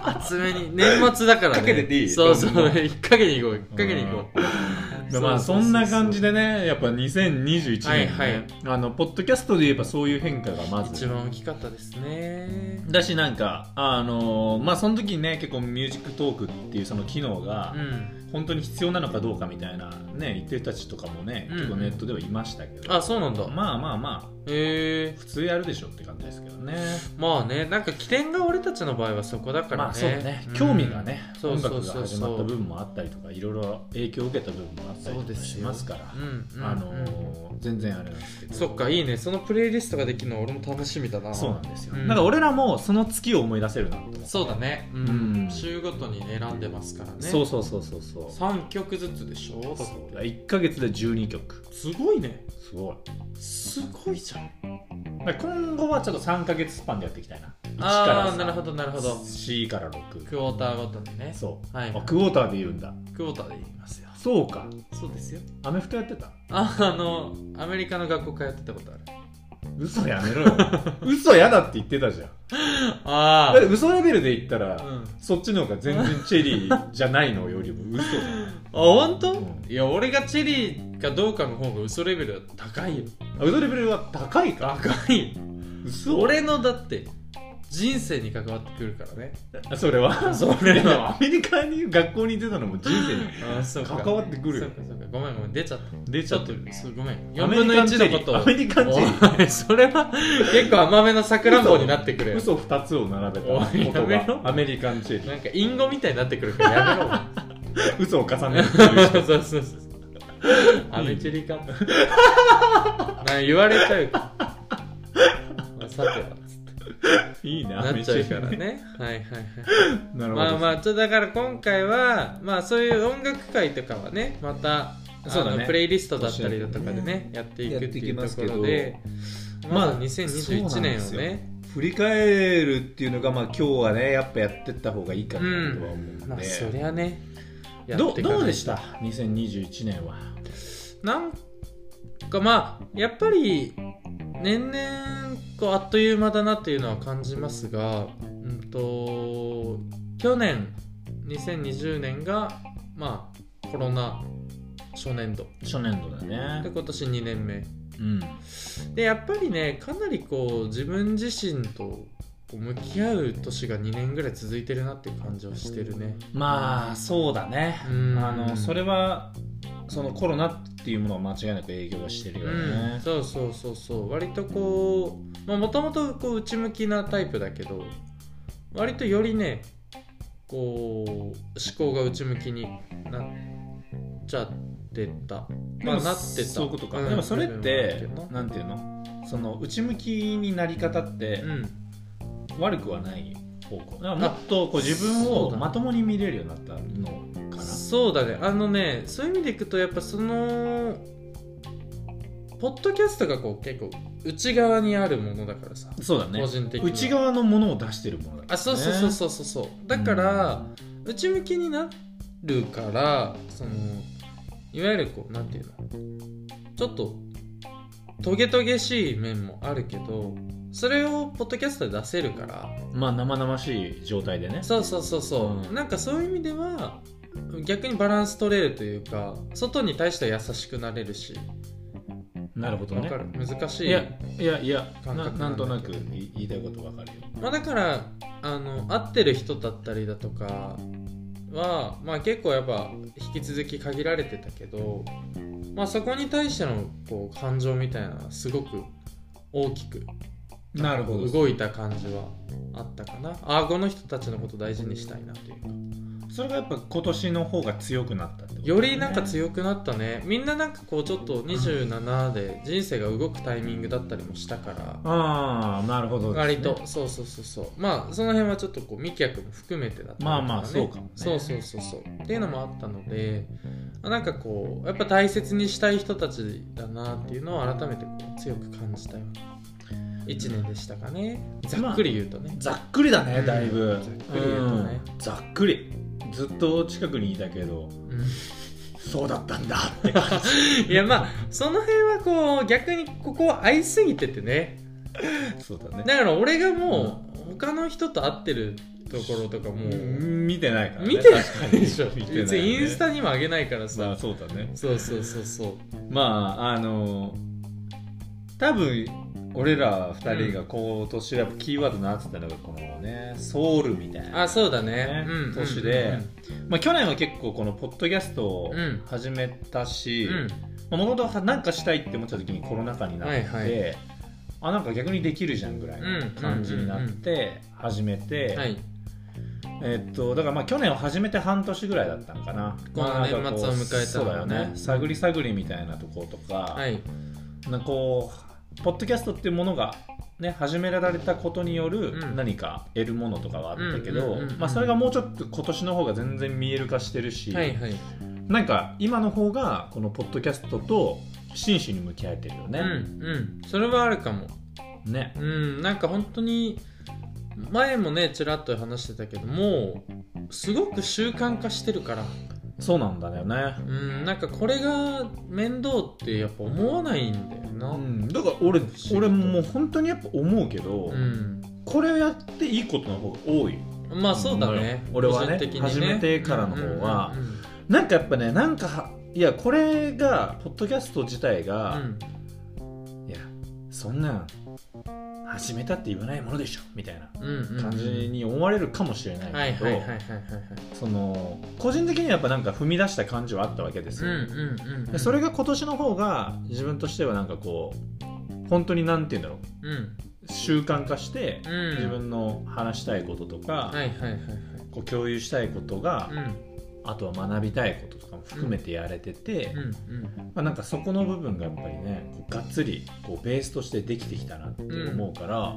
S1: 厚めに年末だからね
S2: かけてていい
S1: そうそう
S2: どんどん
S1: 引っ掛けに行こう引っ掛けに行こう
S2: でまあそんな感じでねやっぱ2021年、ね
S1: はいはい
S2: あのポッドキャストで言えばそういう変化がま
S1: 一
S2: ず
S1: 番大きかったですね
S2: だしなんかあのーまあその時にね結構ミュージックトークっていうその機能が
S1: うん
S2: 本当に必要なのかどうかみたいなね言ってる人たちとかもね
S1: うん
S2: 結構ネットではいましたけど、
S1: あそうなんだ
S2: まあまあま
S1: へえ
S2: あ普通やるでしょって感じですけどね
S1: まあねなんか起点が俺たちの場合はそこだからね、
S2: まあそうだね
S1: うん
S2: 興味がね、
S1: そう
S2: 音
S1: そ
S2: 楽
S1: う
S2: が
S1: そう
S2: 始
S1: そう
S2: まった部分もあったりとかいろいろ影響を受けた部分もあったり
S1: そう
S2: と
S1: で
S2: か
S1: すよ
S2: しますから
S1: うんうん
S2: あの
S1: うん
S2: ー全然あれなんですけど
S1: そっかいいねそのプレイリストができるの俺も楽しみだな
S2: そうなんですよ、
S1: うん
S2: なんか俺らもその月を思い出せるなと思って
S1: そうだねうん、
S2: うん
S1: 週ごとにね選んでますからね
S2: そうそうそうそうそう
S1: 3曲ずつでしょ
S2: そうだ1か月で12曲
S1: すごいね
S2: すごい
S1: すごいじゃん
S2: 今後はちょっと3か月スパンでやっていきたいな1から
S1: ああなるほどなるほど
S2: 4から6
S1: クォーターごとにね
S2: そう、
S1: はい
S2: あクォーターで言うんだ
S1: クォーターで言いますよ
S2: そうか
S1: そうですよ
S2: アメフトやってた
S1: ああのアメリカの学校通ってたことある
S2: 嘘やめろよ 嘘やだって言ってたじゃん
S1: あ
S2: だって嘘レベルで言ったら、
S1: うん、あ
S2: そっちの方が全然チェリーじゃないのより も嘘だよ
S1: 本当、
S2: うん
S1: いや俺がチェリーかどうかの方が嘘レベルは高いよ
S2: あ嘘レベルは高いか
S1: 高いよ
S2: 嘘
S1: 俺のだって人生に関わってくるからね
S2: あそれは
S1: それはい
S2: やアメリカに学校に出たのも人生に
S1: あそうか
S2: 関わってくる
S1: そ
S2: よ
S1: うかそうかごめんごめん出ちゃった
S2: 出
S1: ち
S2: ち
S1: ょ
S2: ゃ
S1: っ
S2: っ
S1: と
S2: てる
S1: そうごめん
S2: ア
S1: 4
S2: メリ
S1: 分の
S2: カンチ
S1: 1
S2: ェ
S1: の
S2: リー
S1: ことを
S2: アメリカンチェ リ
S1: おいそれは結構甘めのさくらんぼになってくれよ
S2: 嘘2つを並べた
S1: おい
S2: 言
S1: やめろ
S2: 葉アメリカンチェリー
S1: なんかインゴみたいになってくるからやめろ
S2: 嘘を重ねるっていう
S1: そうそうそうそうアメチリかな言われちゃ うからまあさてはつって
S2: いいな
S1: なっちゃうから
S2: めち
S1: ねはいはいはい
S2: ゃなるほど、
S1: まあまあちょだから今回はまあそういう音楽会とかはねまた
S2: そうだね
S1: あのプレイリストだったりだとかでねやっていくっていうところで
S2: ま
S1: まあ
S2: あ
S1: 2021年を
S2: そうなん
S1: ね
S2: 振り返るっていうのが、まあ、今日はねやっぱやってった方がいいかなとは思うんで、
S1: まあそりゃねや
S2: ど
S1: ってかないと
S2: どうでした2021年は
S1: なんかまあやっぱり年々こうあっという間だなっていうのは感じますが、うん、と去年2020年がまあコロナ初年度
S2: 初年度だ
S1: で
S2: ね
S1: 今年2年目
S2: うん
S1: でやっぱりねかなりこう自分自身とこう向き合う年が2年ぐらい続いてるなっていう感じはしてるね
S2: まあそうだね
S1: うん
S2: あのそれはそのコロナっていうものは間違いなく影響はしてるよ
S1: うん、
S2: ね、
S1: そうそうそうそう割とこうもともとこう内向きなタイプだけど割とよりねこう思考が内向きになっちゃってた
S2: でも
S1: まあなってた
S2: そういうことか、
S1: うん
S2: でもそれっ
S1: 部
S2: て
S1: 分はある
S2: なんていうのその内向きになり方って
S1: けどなうん
S2: 悪くはない方向だからもっとこう自分
S1: そう
S2: を
S1: だね
S2: まともに見れるようになったのかな
S1: そうだねあのねそういう意味でいくとやっぱそのポッドキャストがこう結構内側にあるものだからさ、
S2: そうだね
S1: 個人的に
S2: 内側のものを出してるものだからね
S1: あそうそうそうそうそうそうだから、内向きになるからそのいわゆるこうなんていうのちょっとトゲトゲしい面もあるけどそれをポッドキャストで出せるから
S2: まあ生々しい状態でね
S1: そうそうそうそう、
S2: うん
S1: なんかそういう意味では逆にバランス取れるというか外に対しては優しくなれるし
S2: なるほど
S1: わ
S2: ね
S1: かる難し
S2: い
S1: い
S2: やいやいや
S1: 感
S2: な
S1: 覚
S2: な
S1: なん
S2: ん
S1: だ
S2: と
S1: けど
S2: なく言いたいことわかるよ
S1: まあ、だからあの会ってる人だったりだとかは、まあ、結構やっぱ引き続き限られてたけど、まあ、そこに対してのこう感情みたいなのはすごく大きく
S2: なる
S1: 動いた感じはあったかなああこの人たちのこと大事にしたいなというか
S2: それがやっぱ今年の方が強くなったってことだ
S1: よ
S2: ね
S1: りなんか強くなったねみんななんかこうちょっと27で人生が動くタイミングだったりもしたから
S2: ああなるほどですね、
S1: 割とそうそうそうそうまあその辺はちょっとこうミキヤ君も含めてだったりとかね
S2: まあまあそうかもね
S1: そうそうそうそうっていうのもあったのであなんかこうやっぱ大切にしたい人たちだなっていうのを改めてこう強く感じたような1年でしたかねざっくり言うとね、
S2: ざっくりだね
S1: うん
S2: だいぶ
S1: ざっくり言うとね
S2: うんざっくりずっと近くにいたけど
S1: うん
S2: そうだったんだって感じ
S1: いやまあその辺はこう逆にここは合いすぎててね
S2: そうだね
S1: だから俺がもう他の人と会ってるところとかもう
S2: 見てないから、ね、
S1: 見て
S2: 確
S1: な
S2: か
S1: い
S2: に
S1: でしょ
S2: 見てないね
S1: 別にインスタにも上げないから
S2: まあ
S1: さ
S2: そうだね
S1: そうそうそうそう
S2: まああの多分俺ら2人が今年やっぱキーワードになってたのがこのねソウルみたいな
S1: あそうだね
S2: ね
S1: うん
S2: 年でまあ、去年は結構このポッドキャストを始めた
S1: う
S2: し
S1: んうん
S2: もともと何かしたいって思ってた時にコロナ禍になって、
S1: はい
S2: あなんか逆にできるじゃんぐらいの感じになって始めて、
S1: うんはい
S2: えっとだからまあ去年を始めて半年ぐらいだったのかな
S1: この
S2: まあなんかこう
S1: 年末を迎えたのね
S2: そうだよね探り探りみたいなところとか、
S1: はい
S2: なんかこうポッドキャストっていうものが、ね、始められたことによる
S1: うん
S2: 何か得るものとかはあったけど
S1: うんうんうんうん
S2: まあそれがもうちょっと今年の方が全然見える化してるし、
S1: はいはい
S2: なんか今の方がこのポッドキャストと真摯に向き合えてるよ
S1: う
S2: ね。
S1: んうんそれはあるかも
S2: ね
S1: うんなんか本当に前もねちらっと話してたけどもうすごく習慣化してるから
S2: そうなんだよね。
S1: うんなんかこれが面倒ってやっぱ思わないんだよな
S2: う
S1: うん
S2: ん、だから俺
S1: 思議
S2: 俺もう本当にやっぱ思うけど、これをやっていいことの方が多い
S1: まあそうだね
S2: 俺はね
S1: 個人的に
S2: 始めてからの方は
S1: うんうんうん
S2: なんかやっぱねなんかはいやこれがポッドキャスト自体が、
S1: うん
S2: いやそんなん始めたって言わないものでしょみたいな
S1: うんうんうん
S2: 感じに思われるかもしれ
S1: は
S2: ないいけ
S1: はいはいはいはいは
S2: ど
S1: い
S2: その個人的にはやっぱなんか踏み出した感じはあったわけです
S1: うんう
S2: よ、
S1: んう
S2: で
S1: ん
S2: それが今年の方が自分としてはなんかこう本当になんて言うんだろ
S1: うん
S2: う習慣化して
S1: うん
S2: 自分の話したいこととか、
S1: はいはいはいはい
S2: こう共有したいことが
S1: うん
S2: あとは学びたいこととかも含めてやれてて、
S1: うん
S2: まあ、なんかそこの部分がやっぱりねこうがっつりこうベースとしてできてきたなって思うから、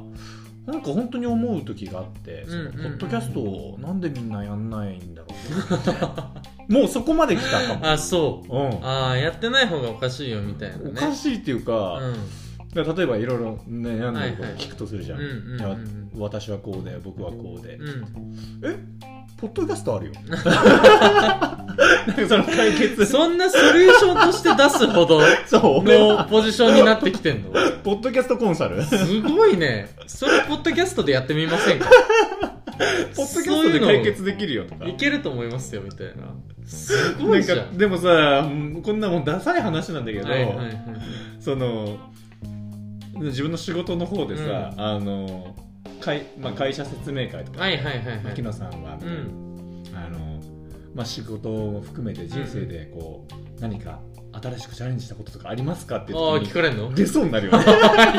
S2: なんか本当に思う時があって、その
S1: うん
S2: ポ
S1: うん
S2: ッドキャストをなんでみんなやんないんだろうってもうそこまで来たか
S1: うん、
S2: も。
S1: あそう
S2: うん
S1: ああやってない方がおかしいよみたいなね
S2: おかしいっていう
S1: う
S2: か,、
S1: ん
S2: 例えばいろいろ悩んでるこ
S1: はい
S2: と
S1: はい
S2: 聞くとするじゃん,
S1: う
S2: いや、
S1: んうんうん
S2: 私はこうで僕はこうで、
S1: うん
S2: ポッドキャストあるよ なんかその解決そ
S1: そんなソリューションとして出すほど
S2: う俺
S1: の
S2: は
S1: ポジションになってきてんの
S2: ポッドキャストコンサル
S1: すごいねそれポッドキャストでやってみませ んか
S2: ポッドキャストで解決できるよとか。
S1: いけると思いますよみたいなすご
S2: ないん
S1: じゃん
S2: かでもさうんこんなもんダサい話なんだけど、
S1: はいはいはい
S2: その自分の仕事の方でさ、あの会まあ、会社説明会とか、
S1: はいはいはいはい
S2: 牧野さんは、
S1: うん
S2: あのまあ、仕事も含めて人生でこう、何か新しくチャレンジしたこととかありますかって
S1: ああ
S2: 言っ
S1: 聞かれんの
S2: 出そうになるよね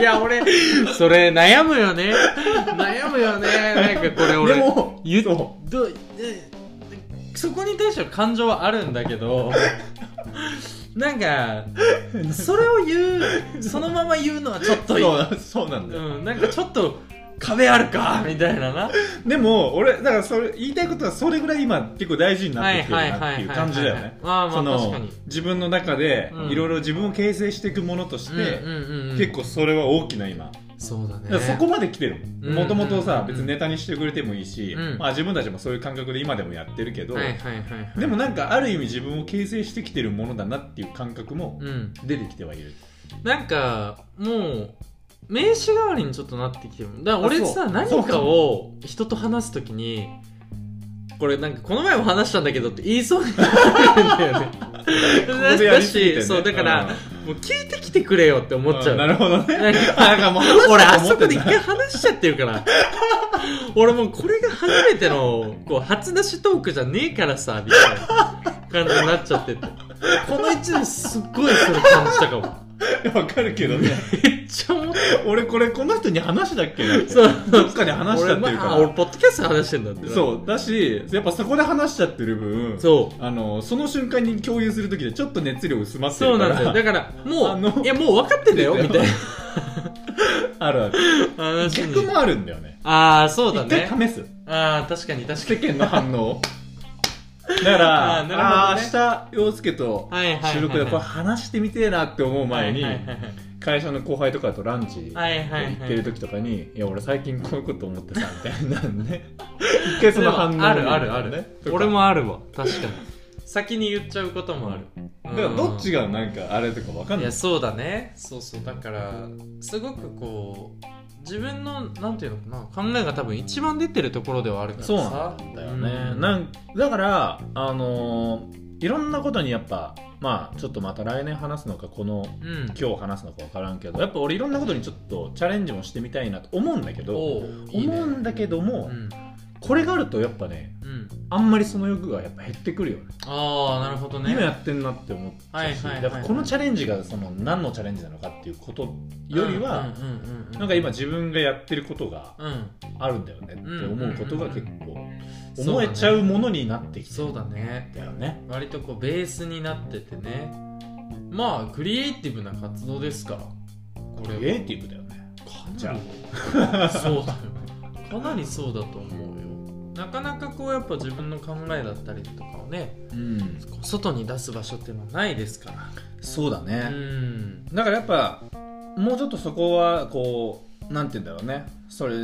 S1: いや俺それ悩むよね悩むよねなんかこれ 俺
S2: でも
S1: 言っ
S2: そ
S1: どでそこに対しては感情はあるんだけ どなんか
S2: う
S1: それを言うそのまま言うのはちょっとい
S2: そうそうなんだよ、
S1: うん、なんかちょっと壁あるかみたいなな
S2: でも俺だからそれ言いたいことはそれぐらい今結構大事になってきてるなっていう感じだよね
S1: ああま
S2: そ
S1: あ
S2: の
S1: 確かに
S2: 自分の中で
S1: うん
S2: いろいろ自分を形成していくものとして、
S1: うんうんうん、
S2: 結構それは大きな今、
S1: そうだね
S2: だからそこまで来てる
S1: うん
S2: もともと
S1: う
S2: さ
S1: ん
S2: 別にネタにしてくれてもいいし、
S1: うん
S2: まあ、自分たちもそういう感覚で今でもやってるけど、
S1: はいはいはいはい
S2: でもなんかある意味自分を形成してきてるものだなっていう感覚も
S1: うん
S2: 出てきてはいる、
S1: なんかもう名刺代わりにちょっとなってきてるだから俺
S2: あそう
S1: さ何かを人と話すときにこれなんかこの前も話したんだけどって言いそうになるんだよね
S2: ここでや
S1: だ
S2: りすぎて
S1: し、
S2: ね
S1: そうだから、
S2: うん
S1: もう聞いてきてくれよって思っちゃう
S2: あなるほど ね
S1: なんか
S2: あなんかもう 話
S1: 俺あ
S2: そう
S1: そこ
S2: と思って
S1: で
S2: ん
S1: 一
S2: だ
S1: 回話しちゃってるから俺もうこれが初めてのこう初出しトークじゃねえからさみたいな感じになっちゃっててこの一年すっごいそれ感じたかも
S2: わかるけどね
S1: めっちゃ思った
S2: 俺これこの人に話したっけな
S1: そう
S2: どっかで話した
S1: 俺,、
S2: っていう
S1: ま
S2: か
S1: あ、俺ポッドキャストで話してんだってな
S2: そうだしやっぱそこで話しちゃってる分
S1: そう
S2: あのその瞬間に共有する時でちょっと熱量薄まって
S1: そう
S2: るか
S1: なん
S2: ら
S1: だよだから
S2: あ
S1: も
S2: の
S1: ういやもう分かってんだ よみたいな
S2: あるある
S1: 話に
S2: 逆もあるんだよね
S1: ああそうだ
S2: 一
S1: ね
S2: 回試す
S1: ああ確かに確か
S2: 世
S1: に
S2: 間の反応だから
S1: あ
S2: あ
S1: ー
S2: ー、
S1: なるほどね
S2: 明日陽介と
S1: はいはいはいはい
S2: 収録でこれ話してみてえなって思う前に
S1: はいはいはい
S2: 会社の後輩とかとランチ行
S1: はいはいはい
S2: ってる時とかに「いや俺最近こういうこと思ってさ」みたいなんで一回その反応を見
S1: あ
S2: る
S1: るあるある、
S2: ねとか
S1: 俺もあるわ確かに先に言っちゃうこともある
S2: だからどっち
S1: が
S2: がなんかあれとかわかん
S1: い
S2: ない
S1: やそうだねそうそうだからすごくこう自分のなんていうのかな考えが多分一番出てるところではあるからさ
S2: そうなんだよね、
S1: うん
S2: なんだからあのーいろんなことにやっぱまあちょっとまた来年話すのかこの
S1: うん
S2: 今日話すのか分からんけどやっぱ俺いろんなことにちょっとチャレンジもしてみたいなと思うんだけど
S1: おういいね
S2: 思うんだけども、
S1: うん
S2: これがあるとやっぱね
S1: うん
S2: あんまりその欲がやっぱ減ってくるよね
S1: ああなるほどね
S2: 今やってんなって思っちゃうし、
S1: はいはいはい
S2: やっぱこのチャレンジがその何のチャレンジなのかっていうことよりは、
S1: うんうんうんうん、
S2: なんか今自分がやってることが
S1: うん
S2: あるんだよねって思うことが結構思
S1: そう
S2: え
S1: だね
S2: ちゃうものになってきて
S1: そう
S2: る
S1: だね
S2: んだよね。
S1: 割とこうベースになっててねまあクリエイティブな活動ですからこ
S2: ク
S1: れは
S2: リエイティブだよね。
S1: かなりそうだよかなりそうだと思うよなかなかこうやっぱ自分の考えだったりとかをね
S2: うん、
S1: こう外に出す場所っていうのはないですか
S2: そうだ
S1: らう
S2: ね。
S1: ん
S2: だからやっぱもうちょっとそこはこうなんて言うんだろうね。それ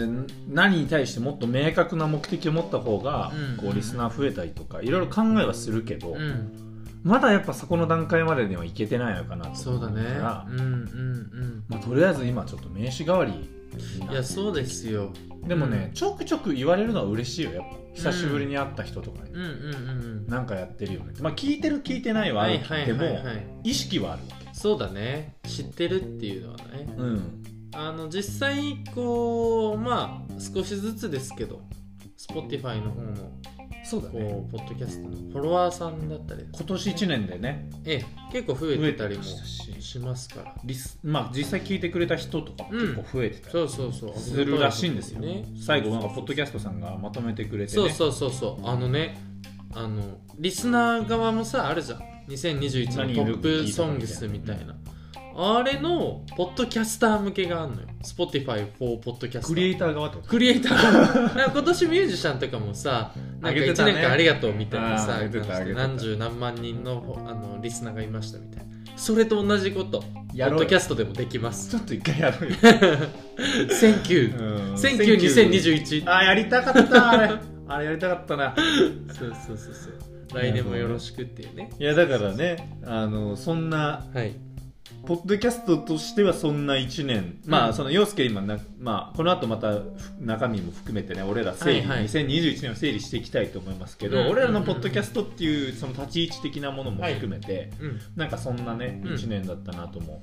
S2: 何に対してもっと明確な目的を持った方が、
S1: うん
S2: こうリスナー増えたりとかいろいろ考えはするけど、
S1: うん
S2: まだやっぱそこの段階までにはいけてないのかなと
S1: そう
S2: 思
S1: だ
S2: うか
S1: ね
S2: ら、
S1: うんうん
S2: まあ、とりあえず今ちょっと名刺代わりにな
S1: うんいやそうですよ
S2: でもね、ちょくちょく言われるのは嬉しいよやっぱ久しぶりに会った人とかに、
S1: うんうんうん
S2: なんかやってるよねまあ聞いてる聞いてないはあ
S1: はい
S2: る
S1: はい
S2: で
S1: はい
S2: も
S1: はい
S2: 意識はあるわ
S1: そうだね知ってるっていうのはね
S2: けうん
S1: あの実際こうまあ少しずつですけど Spotify の方の
S2: そうだね
S1: こうポッドキャストのフォロワーさんだったり、
S2: 今年1年でね
S1: ええ、結構増えてたりも
S2: 増えてましたし
S1: しますから
S2: リスまあ実際聞いてくれた人とかも結構増えてたり
S1: そうそうそう
S2: するらしいんですよ、
S1: ね
S2: 最後なんかポッドキャストさんがまとめてくれてね
S1: そうそうそうそうあのねあのリスナー側もさあるじゃん2021のトップソングスみたいなあれのポッドキャスター向けがあるのよ Spotify for ポッドキャスタ
S2: クリエ
S1: ー
S2: イター側ってこと
S1: クリエイターが なんか今年ミュージシャンとかもさなんか
S2: あげ
S1: 1
S2: てたね
S1: 年間ありがとうみたいな
S2: あ
S1: さ
S2: ーあげてたあげてた
S1: 何十何万人のあのリスナーがいましたみたいなそれと同じことポ
S2: や
S1: ッ
S2: ろう
S1: ド
S2: よ
S1: キャストでもできます
S2: ちょっと一回 やろうよ
S1: Thank you
S2: うん
S1: Thank you 2021
S2: あやりたかったあれあれやりたかったな
S1: そうそうそうそう来年もよろしくっていうね
S2: いやだからねあのそんな
S1: はい
S2: ポッドキャストとしてはそんな1年、ま
S1: う
S2: あ
S1: ん
S2: その陽介今な、まあ、この後またふ中身も含めてね俺ら整理、
S1: はいはい
S2: 2021年を整理していきたいと思いますけど、
S1: うんうんうん
S2: 俺らのポッドキャストっていうその立ち位置的なものも含めて、
S1: うん
S2: なんかそんなね
S1: うん
S2: 1年だったなとも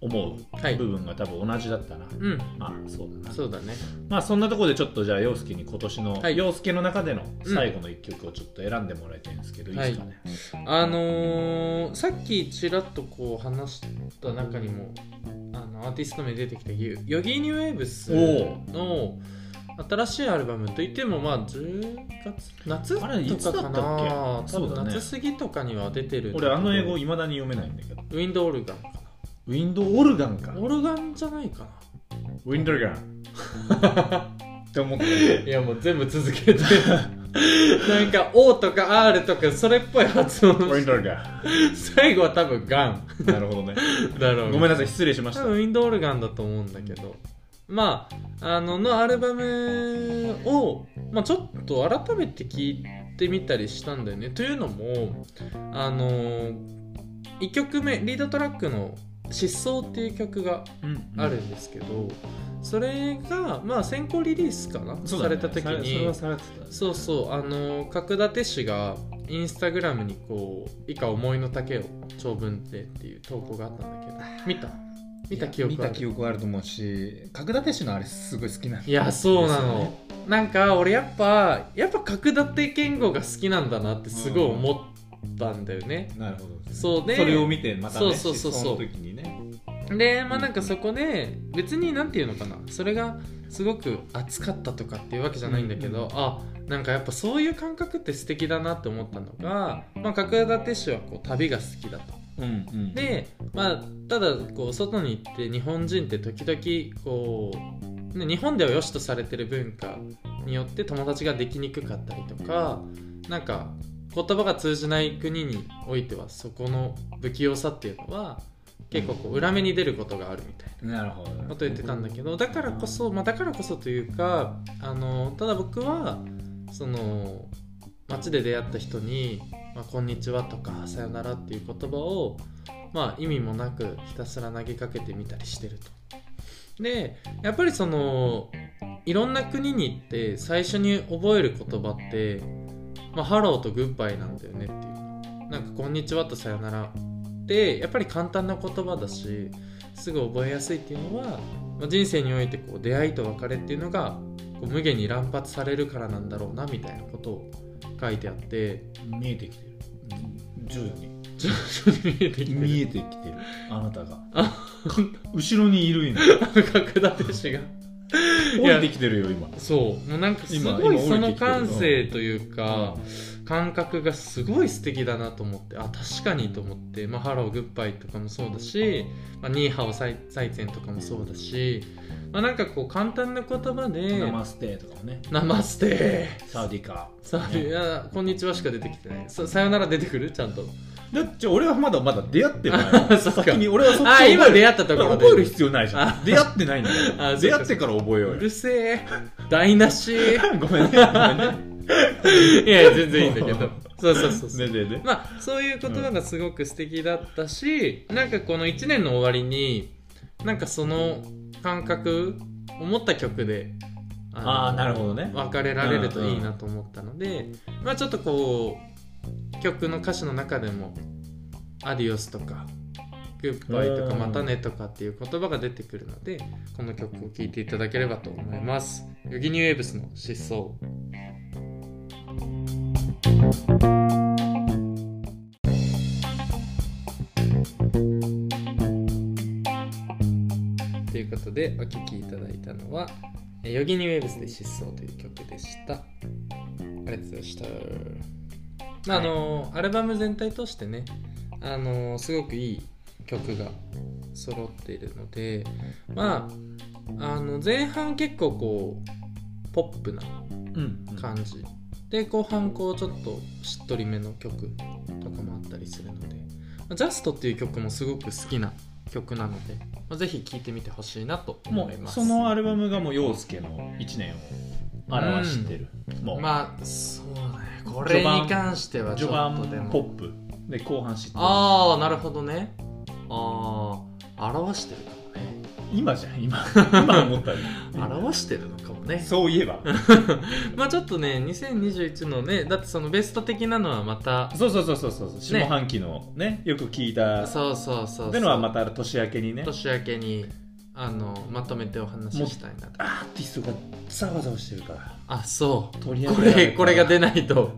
S2: 思
S1: はいう
S2: 部分が多分同じだったな、
S1: うん
S2: まあそうだな
S1: そうだね
S2: まあそんなところでちょっとじゃあ陽介に今年の、
S1: はい
S2: 陽介の中での最後の1曲をちょっと選んでもらいたいんですけど、
S1: はい
S2: いですかね、
S1: あのーさっきちらっとこう話した中にもあのアーティスト名出てきたユヨギーニューウェーブスの新しいアルバムといってもまあ10月夏
S2: あれいつだ
S1: と
S2: った
S1: か
S2: っけ
S1: かな多
S2: そう
S1: 分
S2: だね
S1: 夏過ぎとかには出てる
S2: 俺あの英語
S1: ウ
S2: いまだに読めないんだけど
S1: ィンドウオルガンか
S2: ウィンドウオルガンか
S1: なオルガンじゃないか
S2: ウィンドルガン って思って
S1: ないやもう全部続けてなんか O とか R とかそれっぽい発音
S2: ウィンドルガ
S1: 最後は多分ガン
S2: ンなるほどね
S1: だろう
S2: ごめんなさい失礼しまし
S1: 多
S2: た
S1: 分ウィンドウオルガンだと思うんだけどまああののアルバムを、まあ、ちょっと改めて聞いてみたりしたんだよねというのもあの1曲目リードトラックの「失踪」っていう曲があるんですけど、それがまあ先行リリースかな、
S2: そう
S1: さ
S2: だね
S1: れた時
S2: されそれ
S1: に
S2: はされてた
S1: そうそうあの角館氏がインスタグラムにこう「以下思いの丈を長文で」っていう投稿があったんだけど見た見た記憶
S2: 見
S1: あ
S2: た
S1: る
S2: 記憶はあると思うし角館市のあれすごい好きなんだ
S1: いやそうな
S2: ですよ
S1: の
S2: ね
S1: なんか俺やっぱやっぱ角館健吾が好きなんだなってすごい思ったんだよね、
S2: なるほど
S1: そうね
S2: それを見てまた
S1: そう
S2: ね
S1: そうそうそう
S2: 思時にね
S1: でまあなんかそこで別になんていうのかなそれがすごく熱かったとかっていうわけじゃないんだけど、
S2: うんうん
S1: あなんかやっぱそういう感覚って素敵だなって思ったのが、まあ、角館市はこう旅が好きだと。
S2: うんうん
S1: で、まあ、ただこう外に行って日本人って時々こう、ね、日本では良しとされてる文化によって友達ができにくかったりとかなんか言葉が通じない国においてはそこの不器用さっていうのは結構こう裏目に出ることがあるみたいな。
S2: なるほど
S1: こと言ってたんだけどだからこそ、まあ、だからこそというかあのただ僕はその街で出会った人に「まあ、こんにちは」とか「さよなら」っていう言葉を、まあ、意味もなくひたすら投げかけてみたりしてると。でやっぱりそのいろんな国に行って最初に覚える言葉って、まあ、ハローとグッバイなんだよねっていうなんか「こんにちは」と「さよなら」ってやっぱり簡単な言葉だしすぐ覚えやすいっていうのは、まあ、人生においてこう出会いと別れっていうのがこう無限に乱発されるからなんだろうなみたいなことを書いてあ って
S2: 見えてきてる徐々に
S1: 徐々に見えてきて
S2: 見
S1: る
S2: えてきてるあなたが
S1: あ
S2: 後ろにいる今
S1: 角館氏が
S2: 降りてきてるよ今
S1: そうもうなんかす
S2: 今
S1: ご
S2: 今
S1: い
S2: 降りてきてる
S1: その感性というか感覚がすごい素敵だなと思ってあ確かにと思って「まあ、ハローグッバイ」とかもそうだし「まあ、ニーハオ再再善」とかもそうだし、まあ、なんかこう簡単な言葉で
S2: ナマステとかもね
S1: 「ナマステ
S2: サーディカ」
S1: さあ、いやこんにちはしか出てきてないささよなら出てくるちゃんと
S2: だって俺はまだまだ出会ってない
S1: あ そっか
S2: 先に俺はそっちを
S1: あ
S2: 覚え
S1: 今
S2: る
S1: 出会ったところで
S2: 覚える必要ないじゃ
S1: あ
S2: ん出会ってないんだ
S1: あ
S2: か
S1: そ
S2: ら
S1: っ
S2: 出
S1: か
S2: 会ってから覚えよ
S1: う
S2: うよ
S1: るせえ台無 し
S2: ごめんねごめ んね
S1: いやいや全然いいんだけどそうそうそうそう、
S2: ねねね
S1: まあそういう言葉がすごく素敵だったし、なんかこの1年の終わりになんかその感覚思った曲であの
S2: ああなるほどね
S1: 別れられるといいなと思ったので、まあちょっとこう曲の歌詞の中でも「アディオス」とか「グッバイ」とか「
S2: うん
S1: またね」とかっていう言葉が出てくるのでこの曲を聴いていただければと思います。ヨギニューエブスの失踪ということでお聴きいただいたのは「えーヨギニウェーブスで失踪」という曲でした。ありがとうございました。まああのアルバム全体としてねあのすごくいい曲が揃っているのでまああの前半結構こうポップな
S2: うんうん
S1: 感じで後半こうちょっとしっとりめの曲とかもあったりするので「ジャストっていう曲もすごく好きな曲なので、まあ、ぜひ聴いてみてほしいなと
S2: も
S1: 思いま
S2: う
S1: す
S2: そのアルバムがもう陽介の1年を表してる、もう、
S1: まあそうだねこれに関してはちょ
S2: 序
S1: っ
S2: 盤
S1: とでも
S2: ポップで後半知ってる
S1: ああなるほどねああ表してるかもね
S2: 今じゃん 今今思ったよ
S1: 表してるのかもね
S2: そういえば
S1: まあちょっとね2021のねだってそのベスト的なのはまた
S2: そうそうそうそうそう下半期のねよく聞いた
S1: そうそうそうそう
S2: でのはまた年明けにねア
S1: 年明けにあのまとめてお話ししたいなと
S2: ーティストがざわざわしてるから
S1: あそ
S2: 取り
S1: う
S2: 上
S1: こ
S2: げられ
S1: れこれが出
S2: ない
S1: ない と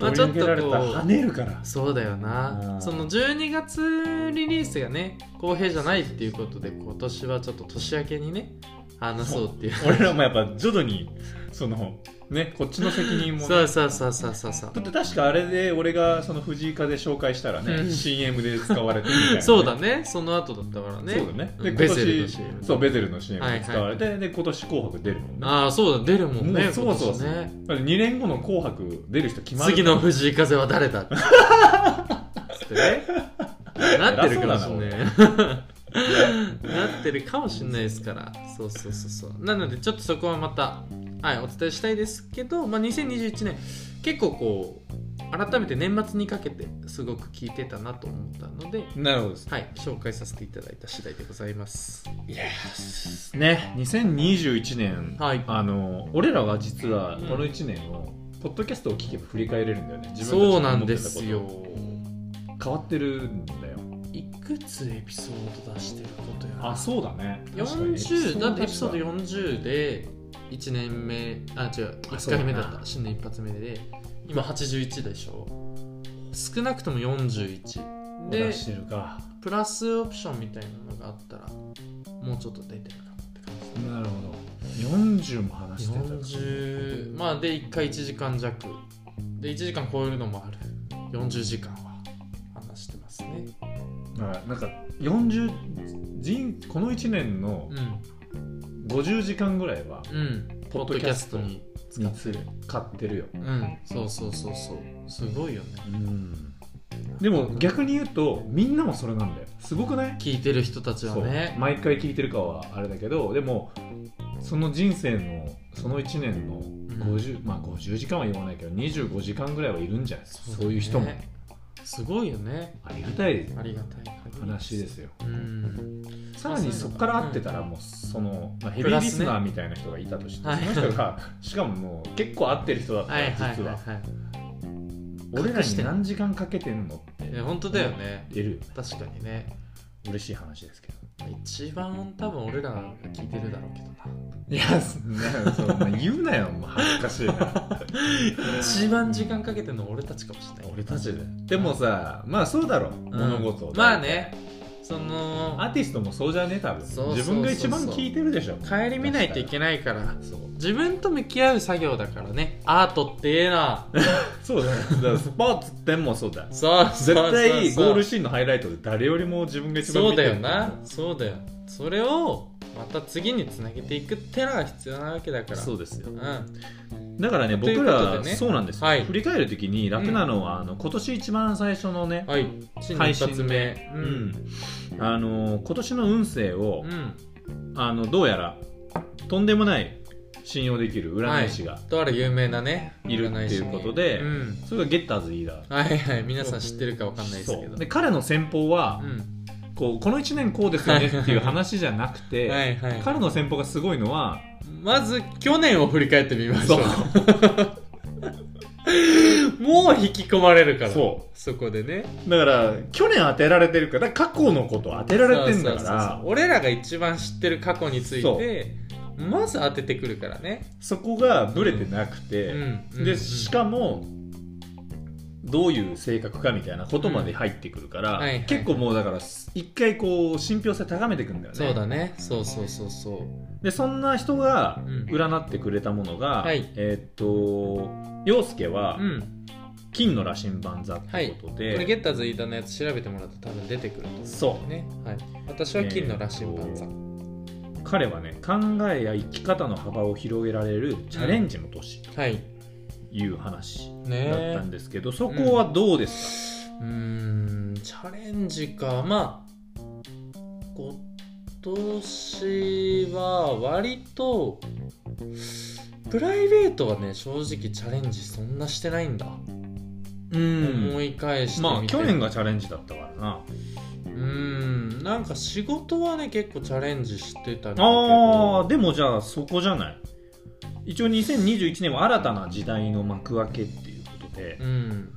S1: まあちょっ
S2: 取り上げられ
S1: と
S2: た
S1: こ
S2: ら跳
S1: う
S2: ねるから
S1: そうだよ
S2: う
S1: なんその12月リリースがね公平じゃないっていうことで今年はちょっと年明けにね話そうっていう
S2: 俺らもやっぱ徐々にそのねこっちの責任もね、
S1: そうそうそうそうそうそう
S2: だって確かあれで俺がその藤井風紹介したらね、
S1: うん
S2: CM で使われてるみたいなね、
S1: そうだねその後だったからね
S2: そうだねで
S1: うん
S2: 今
S1: ベゼルの
S2: 年
S1: CM
S2: そうベゼルの CM
S1: はいは
S2: で
S1: い
S2: 使われて、で今年「紅白」出るもんね
S1: ああそうだ出るもんね
S2: もうそう
S1: 今
S2: そう
S1: 年ね
S2: 2年後の「紅白」出る人決まる
S1: 次の藤井風は誰 だつってねなってるかもしんない なってるかもしんないですからそうそうそうそうなのでちょっとそこはまた、はい、お伝えしたいですけど、まあ、2021年結構こう改めて年末にかけてすごく聞いてたなと思ったので
S2: なるほどです
S1: はい紹介させていただいた次第でございます
S2: いやね2021年
S1: はい
S2: あの俺らは実は
S1: うん
S2: この1年を、ポッドキャストを聞けば振り返れるんだよね自分たち
S1: そ
S2: の
S1: うな
S2: 思
S1: ん
S2: って
S1: で
S2: たこと
S1: すよ
S2: 変わってるんだよ
S1: いくつエピソード出してることや
S2: あそうだね
S1: 40だってエピソード
S2: 4
S1: 40で1年目あ違う
S2: あ
S1: 1回目だ
S2: そう
S1: っ
S2: だ
S1: た新年一発目で今81でしょ少なくとも41で
S2: 出してるか
S1: プラスオプションみたいなのがあったらもうちょっと出てるかもって感じ
S2: なるほど40も話してた
S1: 40まあで1回1時間弱で1時間超えるのもある40時間は話してますね
S2: はいなんか40人この1年の
S1: うん
S2: 50時間ぐらいは
S1: うんポッド
S2: ポッド
S1: キ
S2: キ
S1: ャ
S2: ャ
S1: ス
S2: ス
S1: ト
S2: ト
S1: に
S2: に
S1: 使ってる
S2: 買ってるよ
S1: うんそうそうそうそうすごいよね
S2: うんでも逆に言うとみんなもそれなんだよすごくない
S1: 聞いてる人たちは
S2: そう
S1: ね
S2: 毎回聞いてるかはあれだけどでもその人生のその1年の50、まあ50時間は言わないけど25時間ぐらいはいるんじゃないそう,、いう人も
S1: ねすごいよね
S2: ありがたい
S1: ありがたい限り
S2: 話ですよ
S1: うん
S2: さらにそこから会ってたらもうその、まあ、ヘビ
S1: プラ
S2: ー
S1: スね
S2: リスナーみたいな人がいたとして、
S1: はい
S2: その人がしかももう結構会ってる人だった
S1: は
S2: ら
S1: いはい
S2: 実
S1: は
S2: はい
S1: は
S2: 俺らに何時間かけてんのって
S1: いいや本当だよね
S2: 出るよね
S1: 確かにね
S2: 嬉しい話ですけど
S1: 一番多分俺らが聞いてるだろうけどない
S2: やそんな そうお前言うなよもう恥ずかしいな
S1: 一番時間かけてるの俺たちかもしれない
S2: 俺たちででもさまあそうだろ、
S1: うん
S2: 物事を
S1: まあねその
S2: アーティストもそうじゃねえ多分
S1: そうそうそうそう
S2: 自分が一番聞いてるでしょ
S1: 帰り見ないといけないから
S2: そう
S1: 自分と向き合う作業だからねアートってええな
S2: そうだよだからスポーツってもそうだ
S1: そうそう
S2: 絶
S1: そう
S2: 対ゴ
S1: そう
S2: ールシーンのハイライトで誰よりも自分が一番
S1: そ
S2: 見
S1: う
S2: て
S1: だ
S2: る
S1: よなそうだよそれをまた次につなげていくってのが必要なわけだから
S2: そうですよ
S1: うん、
S2: だからね
S1: という
S2: 僕
S1: ことでね
S2: らそうなんですよ、
S1: はい
S2: 振り返る時に楽なのは、あの今年一番最初のね、
S1: はい新年
S2: 配
S1: 一
S2: 信
S1: 発目う
S2: うんんあの今年の運勢を、
S1: うん
S2: あのどうやらとんでもない信用できる占い師が、
S1: とある有名なね
S2: いるっていうことで
S1: 占い師に
S2: それがゲッターズリーダー
S1: うん、はいはい皆さん知ってるかわかんないですけ
S2: そ
S1: ど
S2: うで彼の戦法は、
S1: うん
S2: こうこの1年こうですよねっていう話じゃなく て、
S1: はいはい
S2: 彼の戦法がすごいのは
S1: まず去年を振り返ってみましょ
S2: そう
S1: うもう引き込まれるから
S2: そ
S1: そこでね
S2: だから去年当てられてるからだから過去のこと当てられてんだか
S1: そうそうそうそ
S2: ら
S1: う俺らが一番知ってる過去につい
S2: そ
S1: てまず当ててくるからね
S2: そこがブレてなくて、
S1: うん
S2: でしかもどういう性格かみたいなことまで入ってくるか
S1: う
S2: ら、
S1: んはいはい
S2: 結構もうだから一回こう信憑性高めていくんだよね
S1: そうだねそうそうそうそう
S2: でそんな人が
S1: うん
S2: 占ってくれたものが、
S1: はい
S2: えーっと陽介は、
S1: うん
S2: 金の羅針盤座ってことで、
S1: これゲッターズ飯田のやつ調べてもらうと多分出てくると思
S2: そう
S1: うね、はい、私は金の羅針盤座、
S2: え彼はね考えや生き方の幅を広げられるチャレンジの年と
S1: はい
S2: いう話だった
S1: ね
S2: んですけど、そこはどうです
S1: うーんチャレンジかまあ今年は割とプライベートはね正直チャレンジそんなしてないんだ、
S2: か、う
S1: 思い返してみて
S2: まあ去年がチャレンジだったからな
S1: うーんなんか仕事はね結構チャレンジしてたんだけ
S2: あー
S1: ど
S2: でもじゃあそこじゃない一応2021年は新たな時代の幕開けっていうことで
S1: うん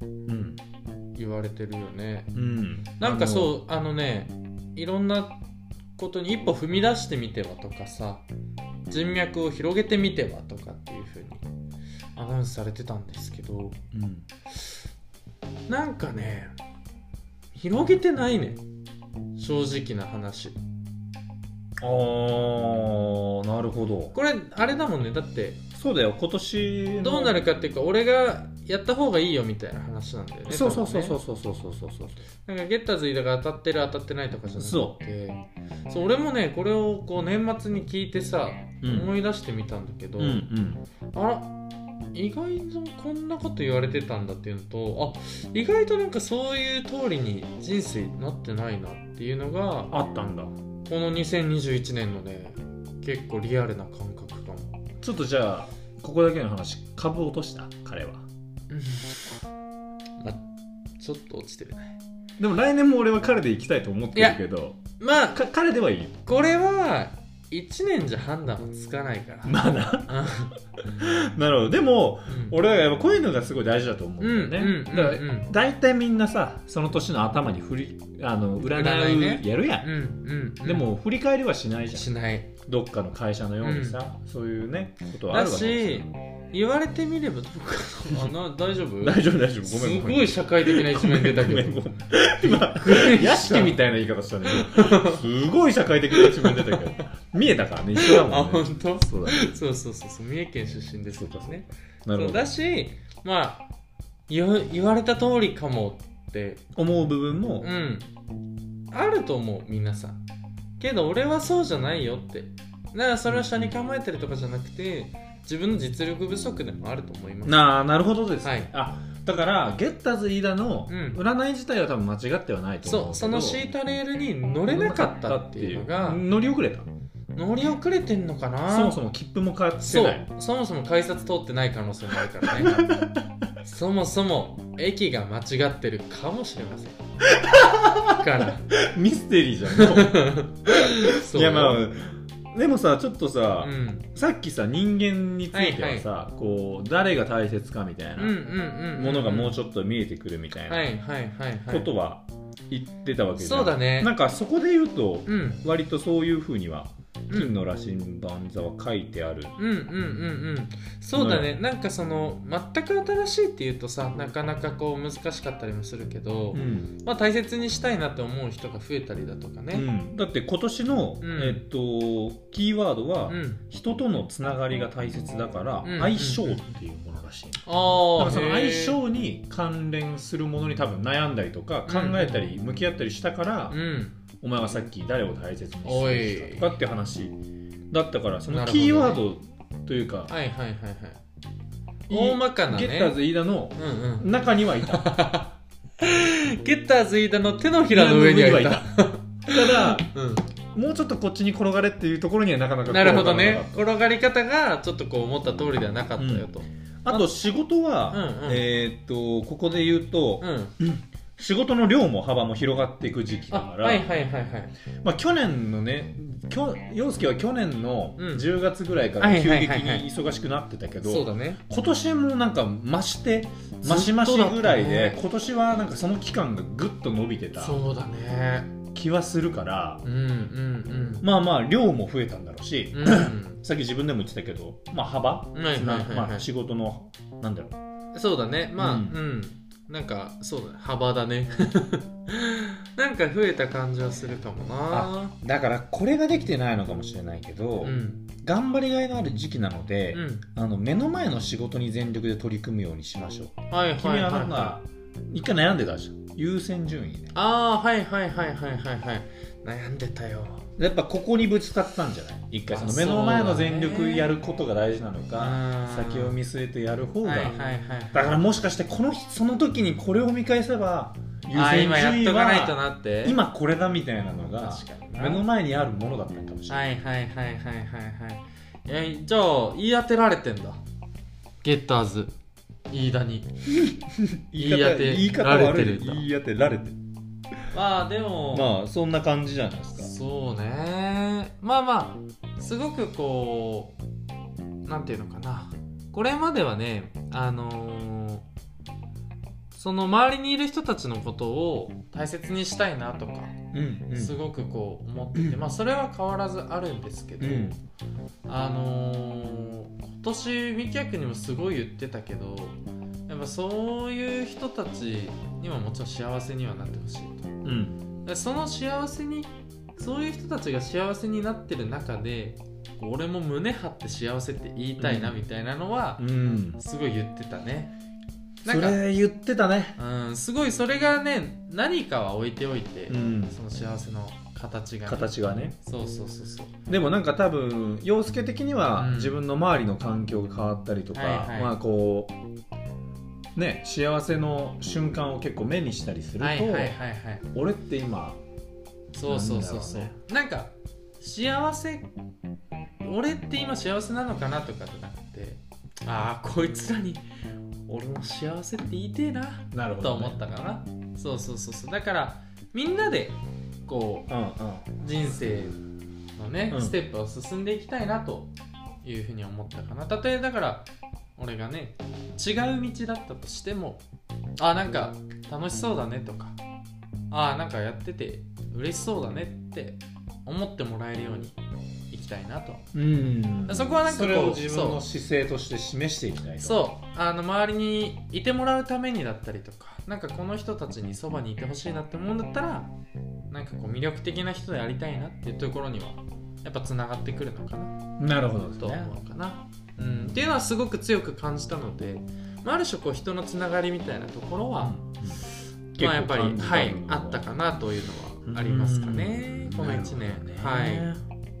S2: うん、
S1: 言われてるよね
S2: うん、
S1: なんかそうあのねいろんなことに一歩踏み出してみてはとかさ人脈を広げてみてはとかっていう風にアナウンスされてたんですけど
S2: う、うん、
S1: なんかね広げてないね正直な話
S2: あーなるほど
S1: これあれだもんねだって
S2: そうだよ今年の
S1: どうなるかっていうか俺がやった方がいいよみたいな話なんだよね
S2: そうそうそう
S1: 多分ね
S2: そうそうそうそうそうそう
S1: なんかゲッターズ飯田が当たってる当たってないとかじゃなくてそう俺もねこれをこう年末に聞いてさ、
S2: うん
S1: 思い出してみたんだけど、
S2: うんうん
S1: あら意外にこんなこと言われてたんだっていうのとあ意外となんかそういう通りに人生なってないなっていうのが
S2: あったんだ
S1: この2021年のね結構リアルな感覚かも。
S2: ちょっとじゃあここだけの話株落とした彼は
S1: まちょっと落ちてるね。
S2: でも来年も俺は彼で行きたいと思ってるけど
S1: まあ
S2: か彼ではいい
S1: これは1年じゃ判断はつかないから。
S2: まあな
S1: あ
S2: なるほどでも
S1: うん
S2: 俺はやっぱこういうのがすごい大事だと思う
S1: うんん
S2: だ
S1: う
S2: よ
S1: ん
S2: ね、
S1: うん
S2: だから大体みんなさその年の頭に振りあの
S1: 占い
S2: 占
S1: ね
S2: いやるやん、
S1: うんうんうん
S2: でも振り返りはしないじゃ
S1: し
S2: ん
S1: ない
S2: どっかの会社のようにさ、そういうねことは
S1: だ
S2: あるわけです
S1: し
S2: よ
S1: 言われてみればどうか なあな大丈夫
S2: 大丈夫大丈夫ごめ
S1: す
S2: んごめん
S1: ごい社会的な一面出たけど
S2: ごめんごめん今屋敷みたいな言い方したねすごい社会的な一面出たけど見えたからね一緒だ
S1: あ
S2: もんね
S1: 本当
S2: そうだね
S1: そうそうそうそう三重県出身ですとかね
S2: なる
S1: そ
S2: ほ
S1: う
S2: ど
S1: だしまあ言言われた通りかもって
S2: 思う部分も
S1: うんあると思う皆さんけど俺はそうじゃないよってだからそれは下に構えてるとかじゃなくて自分の実力不足でもあると思います
S2: なあなるほどですね、
S1: はい
S2: あだからゲッターズ飯田の
S1: うん
S2: 占い自体は多分間違ってはないと思うけ
S1: そ
S2: ど
S1: うそのシータレールに乗れなかったっていうのが
S2: 乗り遅れた
S1: 乗り遅れてんのかな
S2: そもそも切符も買ってない
S1: そうそもそも改札通ってない可 能性もあるからねそもそも駅が間違ってるかもしれませんから
S2: ミステリーじゃんもう
S1: そ
S2: いうやまあでもさちょっとさ、
S1: うん、
S2: さっきさ人間についてはさ、こう誰が大切かみたい
S1: うんうんう
S2: な
S1: んうん
S2: ものがもうちょっと見えてくるみたい
S1: は
S2: ない
S1: はいはいは
S2: こ
S1: い
S2: とは言ってたわけじゃん
S1: そうだね
S2: なんかそこで言うと
S1: うん
S2: 割とそういうふうには
S1: うん
S2: 金の羅針盤座は書いてある
S1: うんうんうんうんそうだね、なんかその全く新しいっていうとさなかなかこう難しかったりもするけど、
S2: うん
S1: まあ大切にしたいなって思う人が増えたりだとか
S2: う
S1: ね
S2: んだって今年の、
S1: うん
S2: えっと、キーワードは、
S1: うん、
S2: 人とのつながりが大切だから、
S1: うん
S2: 相性っていうものらしいの
S1: あ
S2: な
S1: あ
S2: んかその相性に関連するものに多分悩んだりとか考えたり向き合ったりしたから、
S1: うん
S2: お前はさっき誰を大切に
S1: お
S2: して
S1: い
S2: たとかって話だったからその
S1: なるほどね
S2: キーワードというか、
S1: はいはいはいはい
S2: い
S1: 大まかなね
S2: ゲッターズ飯田の
S1: うんうん
S2: 中にはい た
S1: ゲッターズ飯田の手のひらの上にはいた
S2: ただ
S1: うん
S2: もうちょっとこっちに転がれっていうところにはなかなか
S1: なるほど
S2: 転がら
S1: ね
S2: なかっ
S1: 転がり方がちょっとこう思った通りではなかったよと
S2: たあと仕事は、
S1: うんうん
S2: えーっとここで言うと、
S1: うん、
S2: 仕事の量も幅も広がっていく時期だ
S1: あ
S2: から、
S1: はいはいはいはい
S2: まあ、去年のねきょ陽介は去年の
S1: うん
S2: 10月ぐらいか
S1: は
S2: ら
S1: い
S2: 急
S1: はい
S2: 激
S1: はいはい
S2: に忙しくなってたけど、
S1: そうだね
S2: 今年もなんか増して増し増しぐらいで、今年はなんかその期間がぐっと伸びてた
S1: そうだね
S2: 気はするから
S1: うんうん
S2: まあまあ量も増えたんだろうし、
S1: うんうん
S2: さっき自分でも言ってたけど、まあ、幅、
S1: はいはいはいはい
S2: まあ、仕事のなんだろう
S1: そうだねまあう
S2: うん
S1: ん、なんかそうだね幅だね なんか増えた感じはするかもな
S2: だからこれができてないのかもしれないけど、
S1: うん
S2: 頑張りがいのある時期なので、
S1: うん
S2: あの目の前の仕事に全力で取り組むようにしましょう
S1: はいはい
S2: 君
S1: はい
S2: は
S1: は
S2: ないんか一回悩んでたでしょ優先順位ね
S1: ああはいはいはいはいはいはい悩んでたよ
S2: やっぱここにぶつかったんじゃない一回その
S1: あ
S2: 目の前
S1: そ
S2: の
S1: うだね
S2: 全力やることが大事なのか、先
S1: 先
S2: を見据えてやる方が、
S1: はいはいはい
S2: だからもしかしてこの日その時にこれを見返せば優
S1: あー
S2: 先
S1: 今やっ
S2: 順位
S1: とかないとな
S2: は
S1: って
S2: 今これだみたいなのが
S1: 確かにな
S2: 目の前にあるものだったのかもしれない、
S1: はいはいはいはいはいはいえじゃあ言い当てられてんだゲッターズ飯田に言い当て
S2: 言い方
S1: られ
S2: 悪
S1: て
S2: い
S1: る
S2: ね
S1: んだ
S2: 言い当てられてる
S1: まあでも、
S2: まあそんな感じじゃないですか
S1: そうねまあまあすごくこうなんていうのかなこれまではねあのーその周りにいる人たちのことを大切にしたいなとか
S2: うんうん
S1: すごくこう思ってて、まあそれは変わらずあるんですけど、
S2: うん
S1: あのー今年ミキヤ君にもすごい言ってたけどやっぱそういう人たちにももちろん幸せにはなってほしいと
S2: うん
S1: でその幸せにそういう人たちが幸せになってる中でこう俺も胸張って幸せって言いたいな
S2: うん
S1: みたいなのは
S2: うん
S1: すごい言ってたね、な
S2: そ
S1: んか
S2: れ言ってたね
S1: うん、すごいそれがね何かは置いておいて、
S2: うん
S1: その幸せの形がね、
S2: 形がね
S1: そうそうそうそう
S2: でもなんか多分陽介的には
S1: うん
S2: 自分の周りの環境が変わったりとか、
S1: はいはい
S2: まあこうね幸せの瞬間を結構目にしたりすると、
S1: はいはいはいはい
S2: 俺って今
S1: そうそうそうそう
S2: な
S1: なん
S2: ん
S1: か幸せ俺って今幸せなのかなとかじゃなくてああこいつらに俺も幸せって言いてえな
S2: なる
S1: と思ったかな、そうそうそうそうだからみんなでこう
S2: うんうん
S1: 人生のね、
S2: うん
S1: ステップを進んでいきたいなというふうに思ったかなたとえだから俺がね違う道だったとしてもあなんか楽しそうだねとかあなんかやってて嬉しそうだねって思ってもらえるようにいきたいなと
S2: うん
S1: そこはなんかこう
S2: それを自分の姿勢として示していきたいと
S1: そうあの周りにいてもらうためにだったりとかなんかこの人たちにそばにいてほしいなって思うんだったらなんかこう魅力的な人でありたいなっていうところにはやっぱつながってくるのかな
S2: なるほどです
S1: と
S2: ね
S1: 思うかな、うん、っていうのはすごく強く感じたので、まあ、ある種こう人のつながりみたいなところは、
S2: 結構
S1: まあやっぱり
S2: 感じた
S1: はい
S2: 部分
S1: あ
S2: は
S1: ったかなというのはありますかね
S2: うん
S1: この1
S2: なる
S1: 年
S2: ほどね
S1: はい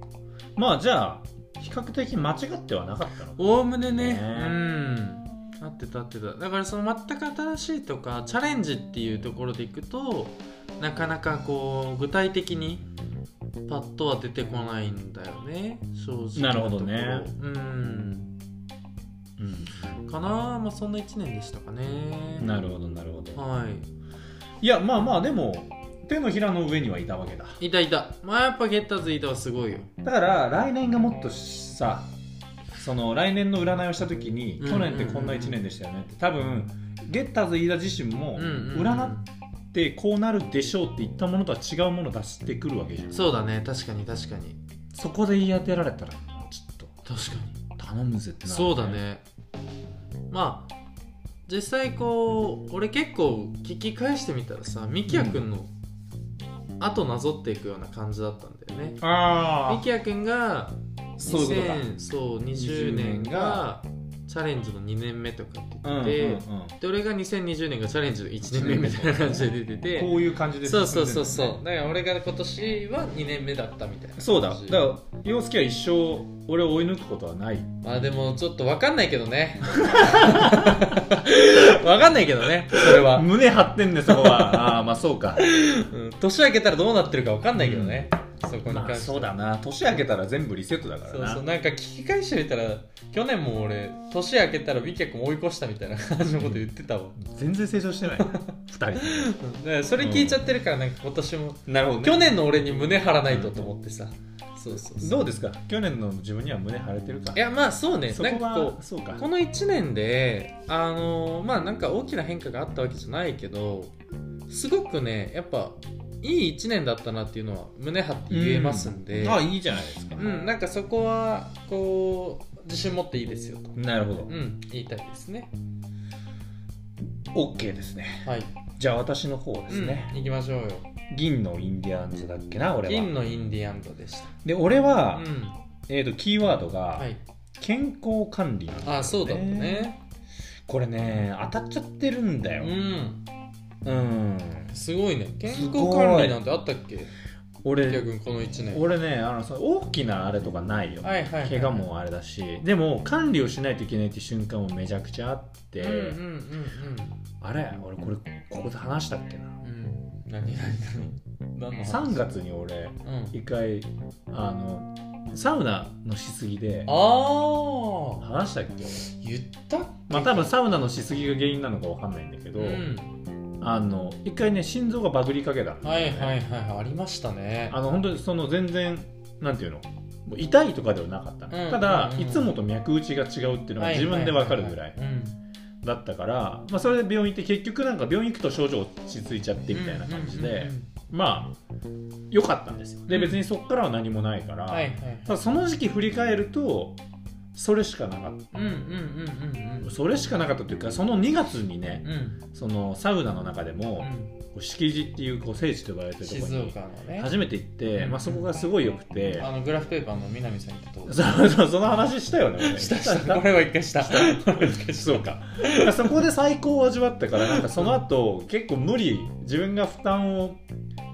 S2: まあじゃあ比較的間違ってはなかったのか
S1: おおむねね
S2: ね
S1: うん合ってた合ってただからその全く新しいとかチャレンジっていうところでいくとなかなかこう具体的にパッとは出てこないんだよね正直
S2: なる
S1: と
S2: ほ
S1: こ
S2: ど
S1: ろ
S2: ね
S1: うんかなまあそんな1年でしたかね
S2: うんなるほどなるほど
S1: はい
S2: いやまあまあでも手のひらの上にはいたわけだ
S1: いたいたまあやっぱゲッターズいたはすごいよ
S2: だから来年がもっとさその来年の占いをした時に
S1: うん
S2: 去年ってこんな1年でしたよねって多分ゲッターズ飯田自身も
S1: うんうん、うん、
S2: 占ってこうなるでしょうって言ったものとは違うものを出してくるわけじゃん
S1: そうだね確かに確かに
S2: そこで言い当てられたらちょっ
S1: 確かに
S2: と頼むぜってなる
S1: そうだねまあ実際こう俺結構聞き返してみたらさみきやくんの後なぞっていくような感じだったんだよねみ
S2: ああ
S1: きやくんが
S2: そういうことか
S1: 2000そう20年がチャレンジの2年目とかって
S2: うんう
S1: 言っ
S2: んうん
S1: てて、で俺が2020年がチャレンジの1年目みたいな感じで出てて
S2: こういう感じで進
S1: そ
S2: ん
S1: う
S2: で
S1: そう
S2: るんだ
S1: そ
S2: よね
S1: うそうだから俺が今年は2年目だったみたいな
S2: そうだ
S1: 感じ
S2: だから陽介は一生俺を追い抜くことはない
S1: まあでもちょっとわかんないけどね わかんないけどねそれは、
S2: 胸張ってんねそこ はああまあそうか
S1: うん年明けたらどうなってるかわかんないけどね、そこに
S2: ま
S1: 関
S2: あ
S1: して、
S2: そうだな年明けたら全部リセットだから
S1: そう
S2: な
S1: そうなんか聞き返してみたら去年も俺年明けたら美脚も追い越したみたいな感じのこと言ってたわ
S2: 全然成長してない 二人
S1: うんだからそれ聞いちゃってるから なんか今年も、
S2: なるほ
S1: 去年の俺に胸張らないとと思ってさ、そうそうそう
S2: どうですか去年の自分には胸張れてるか
S1: いやまあそうね
S2: そ
S1: なん
S2: こ
S1: かこう
S2: はそうか
S1: この1年であのーまあなんか大きな変化があったわけじゃないけどすごくねやっぱいい1年だったなっていうのは胸張って言えますんで、うん、
S2: あいいじゃないですか
S1: なんかそこはこう自信持っていいですよと、
S2: なるほど
S1: うん、言いたいですね
S2: OK ですね
S1: はい
S2: じゃあ私の方ですね
S1: うん、行きましょうよ
S2: 銀のインディアンズだっけな俺は
S1: 銀のインディアンドでし
S2: で俺
S1: た
S2: は
S1: うん
S2: えー、とキーワードが
S1: はい
S2: 健康管理なんだよね
S1: あそうだったね
S2: これね当たっちゃってるんだ
S1: う
S2: よ
S1: ん
S2: うん
S1: すごいね健康管理なんてあったっけキャ
S2: 俺
S1: 君この1年
S2: 俺ねあのその大きなあれとかないよ、
S1: はいはいはい
S2: 怪我もあれだしでも管理をしないといけないって瞬間もめちゃくちゃあって、
S1: うんうん
S2: あれ俺これここで話したっけな
S1: うんうんうん何何何何の話
S2: 3月に俺
S1: うん
S2: 一回あのサウナのしすぎで
S1: ああ
S2: 話したっけ
S1: 言ったっけ
S2: まあ多分サウナのしすぎが原因なのかわかんないんだけど、
S1: うん
S2: あの一回ね心臓がバグりかけたんだ
S1: は
S2: よ
S1: い
S2: ね
S1: はいはいありましたね
S2: あの本当にその全然なんていうのもう痛いとかではなかった、
S1: うん
S2: ただ、
S1: うんうん
S2: いつもと脈打ちが違うっていうのが自分でわかるぐらい
S1: はははうん
S2: だったから、まあ、それで病院行って結局なんか病院行くと症状落ち着いちゃってみたいな感じで、
S1: うんうんうん
S2: まあ良かったんですよで
S1: うん
S2: 別にそこからは何もないから、
S1: うんはいはい
S2: ただその時期振り返るとそれしかなかっ
S1: うんうんうんうん
S2: たそれしかなかったというかその2月にね
S1: うんうん
S2: そのサウナの中でも、こう敷地っていうこう聖地と呼ばれてるとこ
S1: 静
S2: ろに
S1: 岡のね
S2: 初めて行って、
S1: うん
S2: まあ、そこがすごい良くて、
S1: あのグラフペーパーの南さん言ったとこ
S2: そうそうその話したよね俺
S1: したしたこれは一回したこれは一回した
S2: そうかだからそこで最高を味わったからなんかその後結構無理自分が負担を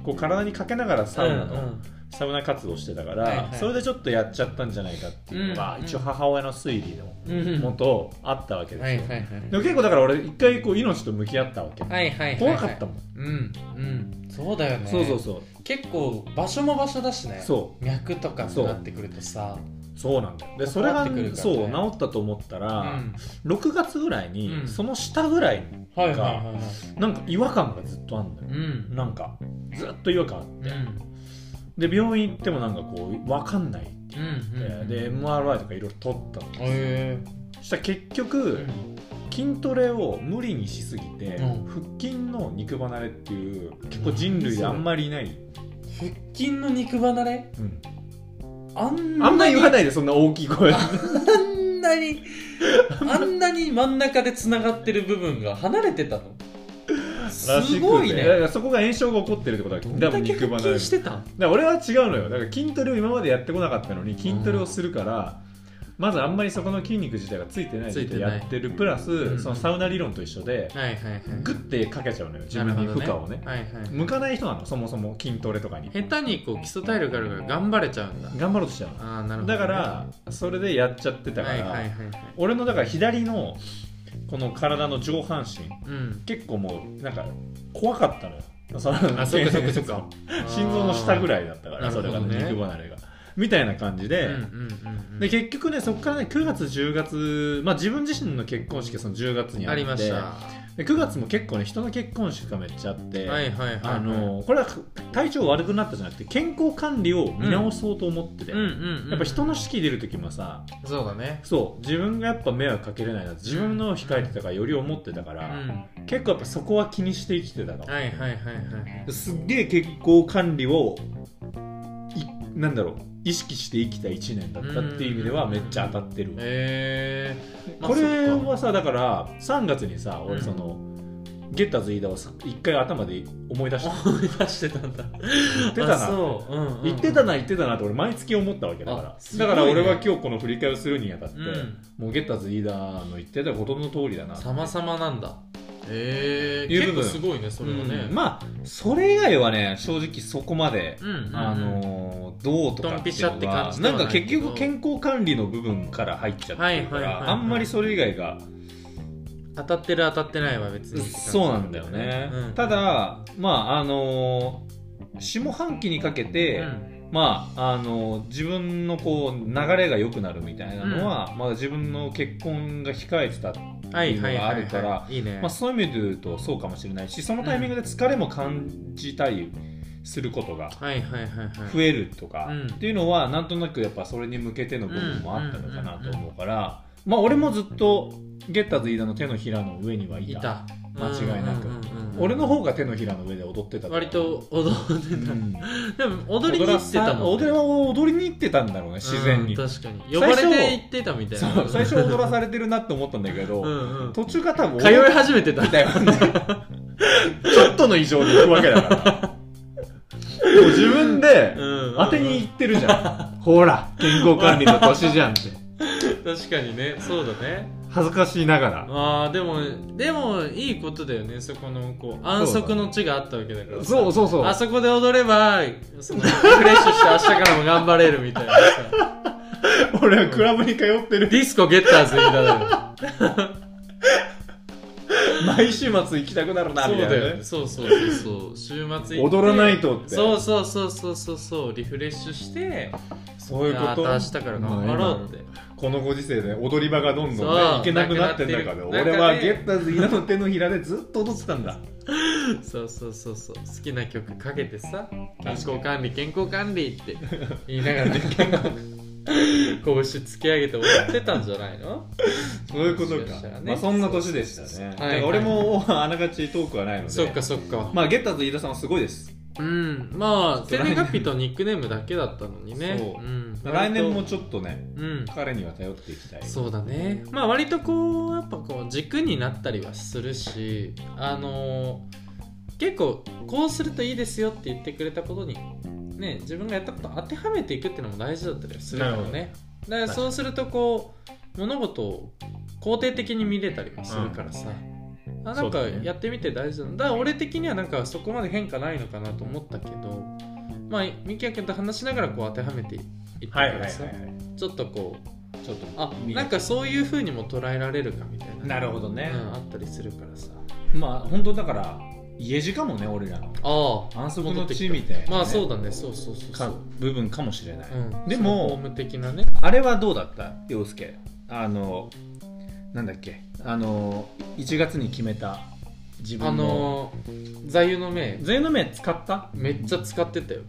S2: こう体にかけながらサウナの、
S1: うんうん
S2: サウナ活動してたから、
S1: はいはい
S2: それでちょっとやっちゃったんじゃないかっていうのが、
S1: うんうん
S2: 一応母親の推理の
S1: うん
S2: もとあったわけです
S1: は
S2: よ、
S1: いはいはい
S2: でも結構だから俺一回こう命と向き合ったわけ、
S1: はいはいはい
S2: 怖かった
S1: もん
S2: もん、
S1: うんうんそうだよね
S2: そうそうそう
S1: 結構場所も場所だしね
S2: そう
S1: 脈とかに
S2: そう
S1: なってくるとさ
S2: そうなんだよでそれ
S1: 関わ
S2: が、
S1: ってくるからね
S2: そう治ったと思った
S1: う
S2: ら、
S1: ん
S2: 6月ぐらいに、
S1: うん
S2: その下ぐらいに
S1: はいはいはいはい
S2: なんか違和感がずっとあるんだよ
S1: う、ん
S2: なんかずっと違和感あ
S1: う
S2: っ
S1: んう
S2: て、
S1: ん
S2: で病院行ってもなんかこう分かんないって
S1: う
S2: 言って、
S1: ん
S2: で MRI とかいろいろ取ったの
S1: へ
S2: そしたら結
S1: え
S2: 局、筋トレを無理にしすぎて、
S1: うん
S2: 腹筋の肉離れっていう結構人類であんまりいない、
S1: 腹筋の肉離れ
S2: うん
S1: あん
S2: あんま
S1: なに
S2: 言わないでそんな大きい声
S1: あんなにあんなに真ん中でつながってる部分が離れてたの
S2: らしくて
S1: すごい
S2: だか
S1: ね
S2: らそこが炎症が起こってるってことは
S1: どん
S2: 多
S1: だ
S2: 分
S1: け
S2: 肉
S1: 腹
S2: 離れ
S1: 筋してたん
S2: だから俺は違うのよだから筋トレを今までやってこなかったのに筋トレをするから、まずあんまりそこの筋肉自体がついてない
S1: ついてない
S2: やってるプラス、
S1: ん
S2: そのサウナ理論と一緒で
S1: はいはいはい
S2: グッてかけちゃうのよ自分に負荷をね
S1: はいはい
S2: 向かない人なのそもそも筋トレとかに
S1: 下手にこう基礎体力あるから頑張れちゃうんだ
S2: 頑張ろうとしちゃう
S1: ああなるほ
S2: の
S1: ど
S2: だ
S1: ね、
S2: からそれでやっちゃってたから、
S1: はいはいはいはい
S2: 俺のだから左のこの体の上半身
S1: うん
S2: 結構もうなんか怖かったのよその
S1: あそっかそっ かそっか
S2: 心臓の下ぐ
S1: い
S2: らいだったから、
S1: あー
S2: それが、
S1: なるほど
S2: ね、
S1: ね
S2: 肉離れがみたいな感じで、
S1: うんうんうんうん
S2: で結局ねそこからね9月10月、まあ、自分自身の結婚式はその10月にあ
S1: あ
S2: って
S1: りましたは
S2: で9月も結構ね人の結婚式がめっちゃあっ
S1: い
S2: て、
S1: はいはい
S2: あのこれは体調悪くなったじゃなくて健康管理を見直そうと思ってて、
S1: うんうん、うん、
S2: やっぱ人の式出る時もさ
S1: そうだね
S2: そう自分がやっぱ迷惑かけれないな自分のを控えてたからより思ってたか
S1: うん
S2: ら、
S1: は
S2: 結構やっぱそこは気にして生きてたの
S1: い、はいはいはい
S2: すっげえ健康管理をいなんだろう意識して生きた1年だったっていう意味ではめっちゃ当たってる、
S1: えーまあ
S2: これ
S1: そっか
S2: はさだから3月にさ俺
S1: うん
S2: その、ゲッターズ飯田をさ一回頭で思い出した
S1: 思い出してたんだ
S2: 言ってた
S1: あ
S2: な
S1: そう、うんうんうん
S2: 言ってたな言ってたなって俺毎月思ったわけだから
S1: あ、すごい
S2: だ
S1: ね
S2: から俺は今日この振り返りをするにあたって、
S1: うん
S2: もうゲッターズ飯田の言ってたことの通りだな
S1: 様々なんだえ
S2: い
S1: ー、
S2: う部
S1: 結
S2: 分
S1: 構すごいねそれはね、
S2: うんまあそれ以外はね正直そこまで
S1: うんうんうん
S2: あのーどうとか
S1: ドンピシャって感じで
S2: な
S1: は
S2: ん
S1: ないけど
S2: か結局健康管理の部分から入っちゃってるか
S1: はいはいはいはい
S2: らあんまりそれ以外が
S1: 当たってる当たってないは別にって感じ
S2: そうなんだよね、
S1: うん
S2: ただまああのー下半期にかけて、
S1: うん
S2: まああのー自分のこう流れが良くなるみたいなのは、まだ自分の結婚が控えてた、
S1: はいはいはい、
S2: っていうのがあるから
S1: いいね、
S2: まあ、そういう意味で言うとそうかもしれないしそのタイミングで疲れも感じたりすることが
S1: はいはいはいはい
S2: 増えるとか、
S1: うん
S2: っていうのはなんとなくやっぱそれに向けての部分もあったのかなと思うから、まあ俺もずっとゲッターズ飯田の手のひらの上にはい
S1: い
S2: た
S1: た
S2: 間違いなく
S1: うんうんうんうん
S2: 俺の方が手のひらの上で踊ってた
S1: 割と踊っ
S2: う
S1: てた、
S2: ん
S1: でも 踊りに行ってたもん、
S2: 踊らさ踊りは踊りに行ってたんだろうね自然に、
S1: うん確かに
S2: 最
S1: 呼ば
S2: 初
S1: れて行ってたみたい
S2: そ
S1: な
S2: う最初踊らされてるなって思ったんだけど、
S1: うんうん
S2: 途中が多分
S1: 通い始めてた
S2: たよねちょっとの異常に行くわけだからもう自分で
S1: うん
S2: 当てにいってるじゃんほら健康管理の年じゃんって
S1: 確かにねそうだね
S2: 恥ずかしいながら
S1: あーでもでもいいことだよねそこのこう安息の地があったわけだからさ
S2: そうそうそう
S1: あそこで踊ればそのリフレッシュして明日からも頑張れるみたいなさ
S2: 俺はクラブに通ってる
S1: ディスコゲッターズみたいな
S2: 毎週末行きたくなるな
S1: そう
S2: みたい
S1: だ
S2: な
S1: よ
S2: ね
S1: ねそうそうそうそう週末行って
S2: 踊らないとって
S1: そうそうそうそうそうそうリフレッシュして
S2: そういうこ
S1: ま
S2: と
S1: た明日から頑張ろうって
S2: このご時世で踊り場がどんどんね
S1: そう
S2: 行けなくなってんだから
S1: なくなってる
S2: 俺は
S1: 中で
S2: ゲッターズ稲の手のひらでずっと踊ってたんだ
S1: そうそうそうそう好きな曲かけてさ健康管理健康管理 って言いながらね健康拳突き上げて踊ってたんじゃない の
S2: そういうこと
S1: もしかし
S2: か
S1: たらね
S2: まあそんな年でしたねだか
S1: はい
S2: ら俺も あながちトークはないので
S1: そっかそっか
S2: まあゲッターズ飯田さんはすごいです
S1: うんまあ
S2: ちょっ
S1: 生
S2: と来年
S1: 年月日とニックネームだけだったのにね
S2: そうん来年もちょっとね
S1: うん
S2: 彼には頼っていきたい
S1: そうだねまあ割とこうやっぱこう軸になったりはするしあのー結構こうするといいですよって言ってくれたことにね自分がやったこと当てはめていくっていうのも大事だったりはするから
S2: なる
S1: ねだからそうするとこう物事を肯定的に見れたりもするからさ、あなんか
S2: そうだね
S1: やってみて大事だなだから俺的にはなんかそこまで変化ないのかなと思ったけどまあみきやくんと話しながらこう当てはめていってか
S2: はいはいは
S1: ら
S2: い
S1: さ、ちょっとこう
S2: ちょっと
S1: あ
S2: 見
S1: なんかそういう風にも捉えられるかみたいな
S2: なるほどね
S1: うんあったりするからさ
S2: まあ本当だから家路かもね俺らの
S1: ああ
S2: 安息の地みたいなね
S1: まあそうだねそうそうそうそ
S2: か
S1: う、
S2: 部分かもしれない
S1: うん、
S2: でも
S1: ホーム的なね
S2: あれはどうだった陽介あのなんだっけあの1月に決めた自
S1: あ
S2: 分の
S1: のー座右の銘
S2: 全の名使った
S1: めっちゃ使ってたよ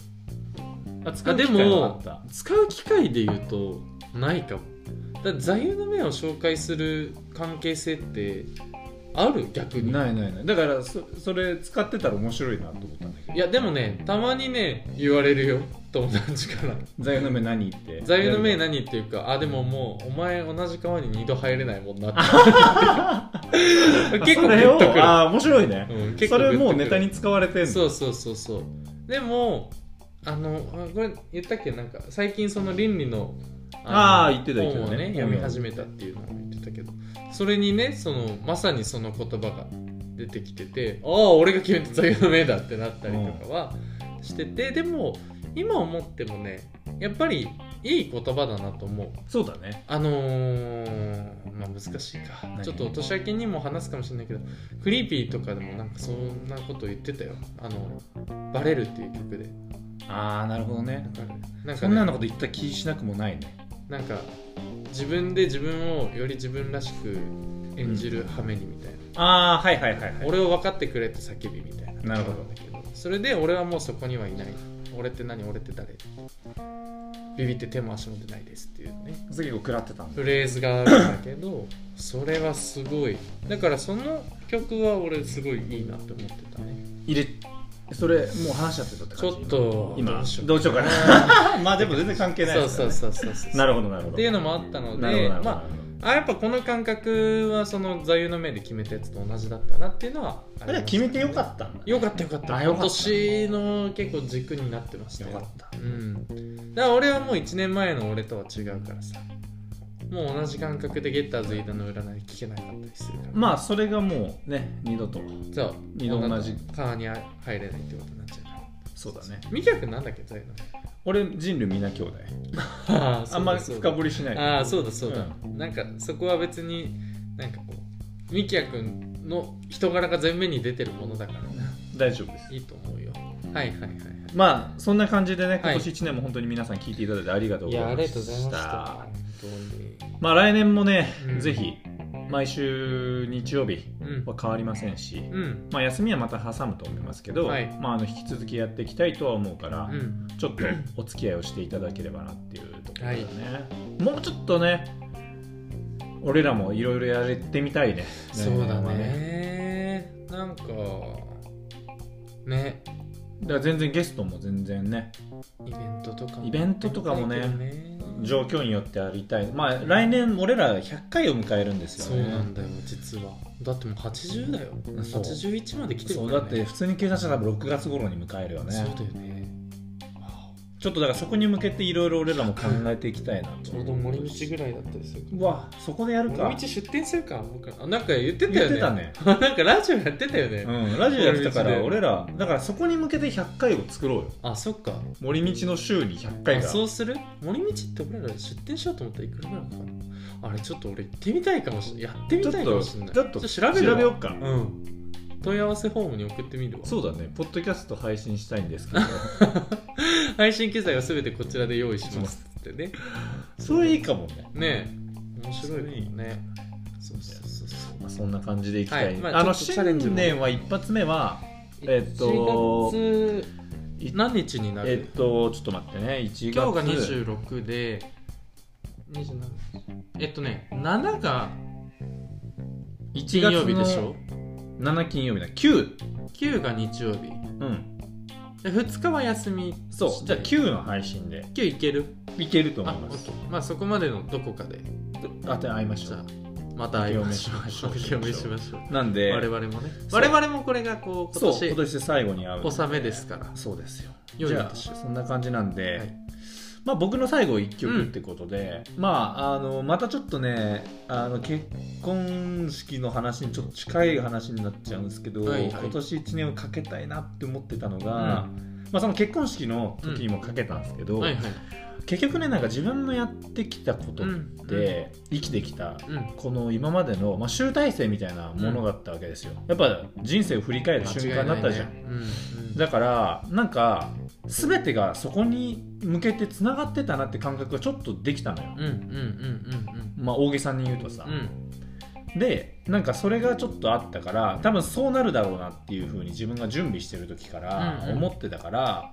S2: あ使
S1: あ
S2: う
S1: で
S2: 機
S1: も
S2: 会はあった
S1: 使う機会で言うとないかもだから座右の銘を紹介する関係性ってある逆に
S2: ないないないだからそそれ使ってたら面白いなと思ったんだけど
S1: いやでもねたまにね言われるよ友達から
S2: 座右の銘何言って
S1: 座右の銘何っていうかあでももうお前同じ川に二度入れないもんなって 結構グ
S2: あ
S1: ッとくる
S2: あー面白いね、
S1: うん結
S2: そ
S1: 構グッとく
S2: れ
S1: る
S2: もうネタに使われてんの
S1: そうそうそうそうでもあのあこれ言ったっけなんか最近その倫理の
S2: あ
S1: の
S2: ー言ってた言ってた
S1: 本
S2: ね
S1: をね
S2: うん
S1: 読み始めたっていうのを言ってたけどそれにねそのまさにその言葉が出てきててああ俺が決めた座右の銘だってなったりとかはしててでも今思ってもねやっぱりいい言葉だなと思う
S2: そうだね
S1: あのー、まあ難しいか
S2: 何
S1: ちょっと年明けにも話すかもしれないけどクリーピーとかでもなんかそんなこと言ってたよあの「バレる」っていう曲で
S2: ああなるほどね
S1: なんかなん
S2: そ
S1: か
S2: んな
S1: ね
S2: のこと言った気しなくもないね
S1: なんか自分で自分をより自分らしく演じる羽目にみたいな、
S2: ああはいはいはいはい
S1: 俺を分かってくれって叫びみたいな
S2: なるほど
S1: んだけどそれで俺はもうそこにはいない俺って何俺って誰ビビって手も足も出ないですっていうね
S2: 結構食らってたんだ
S1: フレーズがあるんだけどそれはすごいだからその曲は俺すごいいいなって思ってたね
S2: 入れそれもう話しちゃってたって
S1: ちょ
S2: 感じ
S1: っと
S2: 今
S1: う
S2: どうしようか なまあでも全然関係ない
S1: そう
S2: です
S1: そ
S2: よ
S1: う
S2: ね
S1: そうそうそう
S2: なる
S1: ほ
S2: ほどなるほど
S1: っていうのもあったの
S2: なるほ
S1: で
S2: どなるほど
S1: まああやっぱこの感覚はその座右の銘で決めたやつと同じだったなっていうのはあ
S2: あれは決めてよかったんだ
S1: たよかったよかった
S2: あよかった
S1: 今年の結構軸になってました
S2: よ
S1: よ
S2: かった
S1: うんだから俺はもう1年前の俺とは違うからさもう同じ感覚でゲッターズ飯田の占い聞けなかったりするから
S2: まあそれがもうね二度と
S1: そう
S2: 二度同じ
S1: 川に入れないってことになっちゃうから
S2: そうだね
S1: みきゃくんなんだっけどいうの
S2: 俺人類皆兄弟
S1: あ
S2: あんま深掘りしない
S1: ああそうだそうだ、なんかそこは別になんかこうみきやくんの人柄が前面に出てるものだから
S2: 大丈夫です
S1: いいと思うよはいはいはいはい
S2: まあそんな感じでね
S1: い
S2: 今年1年も本当に皆さん聞いていただいてありがとう
S1: い
S2: ございま
S1: や
S2: した
S1: ありがとうございました本
S2: まあ来年もね、
S1: うん
S2: ぜひ毎週日曜日
S1: 当にうん
S2: は変わりませんし、
S1: うん
S2: まあ、休みはまた挟むと思いますけど、
S1: はい
S2: まあ、あの引き続きやっていきたいとは思うから、
S1: うん
S2: ちょっとお付き合いをしていただければなっていうところだね、もうちょっとね俺らもいろいろやってみたいね
S1: そうだ
S2: 来年は
S1: ねなんかね
S2: だから全然ゲストも全然ね
S1: イベントとかも
S2: イベントとかもね
S1: やりたいけどね
S2: 状況によってやりたいまあ来年俺ら100回を迎えるんです
S1: そう
S2: よね
S1: なんだよ実はだってもう80だよ
S2: そう
S1: 81まで来てる
S2: そ
S1: か
S2: う
S1: ら、ね
S2: だ、って普通に計算したら多分6月頃に迎えるよね
S1: そうだよね
S2: ちょっとだからそこに向けていろいろ俺らも考えていきたいな
S1: ちょうど森道ぐらいだったりする
S2: うわそこでやるか
S1: 森道出店するか僕らあなんか言ってた
S2: 言
S1: よ
S2: っ
S1: ね
S2: てたね
S1: なんかラジオやってたよね、
S2: うんラジオやってたから
S1: 森
S2: 俺らだからそこに向けて100回を作ろうよ
S1: あそっか
S2: 森道の週に100回
S1: あ
S2: が
S1: そうする森道って俺ら出店しようと思ったらいくらなのかなあれちょっと俺行ってみたいかもしれないやってみたいかもしれない
S2: ちょっと
S1: 調べる
S2: 調
S1: わ
S2: べようか
S1: うん問い合わせフォームに送ってみるわ
S2: そうだねポッドキャスト配信したいん ですけど
S1: 配信機材は全てこちらで用意しますってね
S2: それいいかもね
S1: ねえ面白いかもねそうそうそうそう
S2: まあ、そんな感じでいきたい、
S1: はいまあ
S2: あ、
S1: ちょ
S2: の
S1: っとチャレンジも
S2: 新年は一発目はえっと
S1: 1月
S2: い
S1: 何日になる、
S2: えっとちょっと待ってね1月
S1: 今日が26で27えっとね7が金
S2: 1
S1: 曜日でしょ
S2: 7金曜日だ9
S1: 9が日曜日
S2: うん
S1: で2日は休み
S2: そうじゃあ9の配信で
S1: 9いける
S2: いけると思
S1: あ
S2: い
S1: オ
S2: ま
S1: ッ
S2: す
S1: ケーまあそこまでのどこかで
S2: あて会いまし
S1: じゃ
S2: た
S1: あまた会いましょうお
S2: お披
S1: 披露
S2: 露目
S1: 目
S2: し
S1: し
S2: ま
S1: ましょう
S2: なんで
S1: 我々もね
S2: そう
S1: 我々もこれがこう
S2: そう
S1: 今
S2: 今
S1: 年
S2: 年最後に会う
S1: 納めですから
S2: そうですよ
S1: 良い
S2: じゃあ
S1: 年を
S2: そんな感じなんで、
S1: はい
S2: まあ、僕の最後1曲ってことで、まあ、あのまたちょっとねあの結婚式の話にちょっと近い話になっちゃうんですけど、
S1: はいはい
S2: 今年1年をかけたいなって思ってたのが、まあ、その結婚式の時にもかけたんですけど、
S1: はいはい
S2: 結局ねなんか自分のやってきたことっ
S1: ん
S2: て、生きてきた
S1: うん
S2: この今までの、まあ、集大成みたいなものだったわけですよやっぱ人生を振り返る瞬間になったじゃん、
S1: 間違いないねうんうん
S2: だからなんか全てがそこに向けてつながってたなって感覚がちょっとできたのよ、
S1: うんうんうん
S2: まあ大げさに言うとさ
S1: うんうんう、ん
S2: でなんかそれがちょっとあったから多分そうなるだろうなっていうふうに自分が準備してる時から
S1: うんうん
S2: 思ってたから、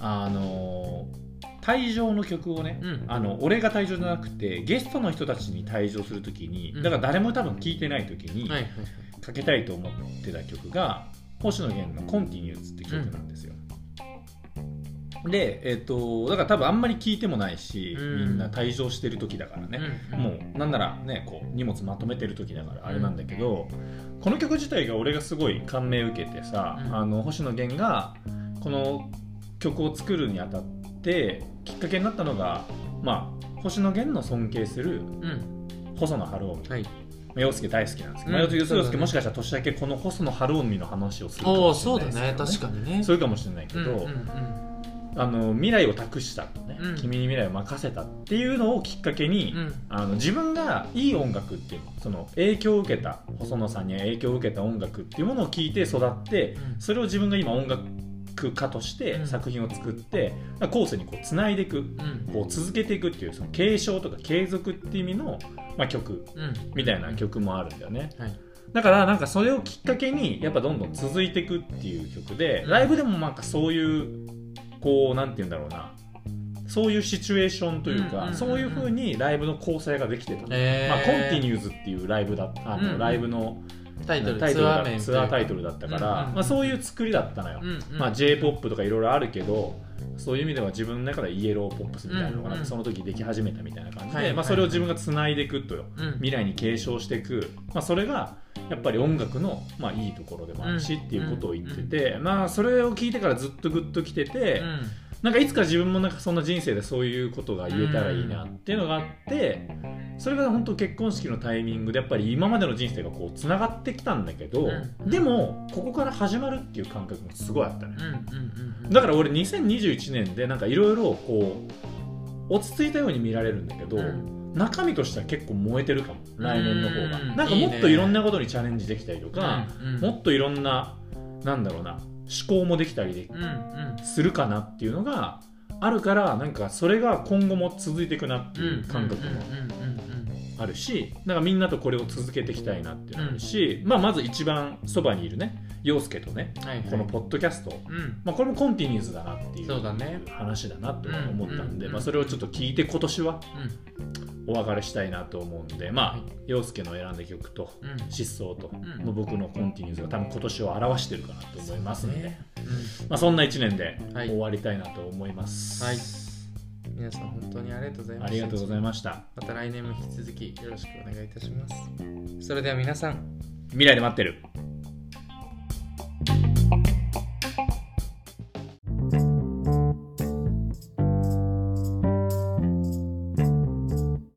S2: あのー退場の曲をね、
S1: うん
S2: あの俺が退場じゃなくてゲストの人たちに退場する時に
S1: うん
S2: だから誰も多分聞いてない時に
S1: はいはい
S2: かけたいと思ってた曲が星野源の「コンティニューズ」って曲なんですよ。で、えっとだから多分あんまり聞いてもないし、
S1: うん
S2: みんな退場してる時だからね、
S1: はい
S2: もうなんならねこう荷物まとめてる時だからあれなんだけど、この曲自体が俺がすごい感銘受けてさ、
S1: うん
S2: あの星野源がこの曲を作るにあたってきっかけになったのがまあ星野源の尊敬す
S1: う
S2: る
S1: んうん
S2: 細野晴臣、
S1: はい
S2: まあ洋介大好きなんですけど、まあ
S1: うん
S2: 洋介洋介
S1: そうだね
S2: もしかしたら年明けこの細野晴臣の話をするか
S1: お
S2: も
S1: お
S2: しれ
S1: そう
S2: ない
S1: だ
S2: です
S1: ね
S2: よ
S1: 確かにね
S2: そうかもしれないけど、
S1: うんうんうん
S2: あの未来を託したとね、
S1: うん
S2: 君に未来を任せたっていうのをきっかけに、
S1: うん
S2: あの自分がいい音楽っていうその影響を受けた細野さんに影響を受けた音楽っていうものを聴いて育って
S1: うん
S2: それを自分が今音楽家とし
S1: う
S2: て
S1: ん
S2: 作品を作って、後世にこうつないでいく
S1: うん
S2: こう続けていくっていうその継承とか継続っていう意味の、まあ、曲
S1: うん
S2: みたいな曲もあるんだよね。
S1: はい
S2: だからなんかそれをきっかけにやっぱどんどん続いていくっていう曲で
S1: うん
S2: ライブでもなんかそういうこうなんて言うんだろうなそういうシチュエーションと
S1: う
S2: いう
S1: んうんうん
S2: か
S1: うん
S2: そういうふうにライブの構成ができてた、
S1: え
S2: まあ、コンテ
S1: ュ
S2: ィニューズっていうライブだったあ
S1: うんう
S2: の
S1: ん
S2: ライブの
S1: ータイトル
S2: タイトル
S1: ツア
S2: が
S1: ー名
S2: ツアータイトルだったから
S1: うんうんうん
S2: まあ、そういう作りだったのよ、
S1: ル
S2: まあ、j p o p とかいろいろあるけどそういう意味では自分の中でイエローポップスみたいなのがなん
S1: うんう
S2: か
S1: ん
S2: その時でき始めたみたいな感じで、
S1: はい
S2: まあ、それを自分がつないでいくとよ
S1: うん
S2: 未来に継承していく、まあ、それがやっぱり音楽の、まあ、いいところでもあるし
S1: うん
S2: っていうことを言ってて、まあ、それを聞いてからずっとグッときてて、
S1: うん
S2: なんかいつか自分もなんかそんな人生でそういうことが言えたらいいなっていうのがあってそれが本当結婚式のタイミングでやっぱり今までの人生がこうつながってきたんだけど、
S1: うん
S2: でもここから始まるっていう感覚もすごいあったね。
S1: うんうんうん
S2: だから俺2021年でなんかいろいろこう落ち着いたように見られるんだけど、
S1: うん
S2: 中身としては結構燃えてるかも来年の方が
S1: うん
S2: なんか
S1: いい
S2: も
S1: ね
S2: っといろんなことにチャレンジできたりとか、
S1: うんうん
S2: もっといろんななんだろうな思考もできたりで
S1: うんうん
S2: するかなっていうのがあるからなんかそれが今後も続いていくなっていう感覚も
S1: うんうんうんうん
S2: あるしなんかみんなとこれを続けていきたいなっていうのもあるし、まあ、まず一番そばにいるね陽介とね
S1: はいはい
S2: このポッドキャスト、
S1: うん
S2: まあ、これもコンティニューズだなっていう
S1: そうだね
S2: 話だなと思ったんで、
S1: うん
S2: まあ、それをちょっと聞いて今年は
S1: う
S2: お別れしたいなと思うんで、まあ
S1: はい
S2: 陽介の選んだ曲と
S1: んうん
S2: 失踪と、
S1: ん
S2: もう僕のコンティニューズが多分今年を表してるかなと思いますので、
S1: う
S2: まあ、そんな1年で
S1: はい
S2: 終わりたいなと思います、
S1: はいん皆さん本当にありがとうございま
S2: あ
S1: す
S2: りがとうござい
S1: ま
S2: ました
S1: すまた来年も引き続きよろしくお願いいたしますそれでは皆さん
S2: 未来で待ってる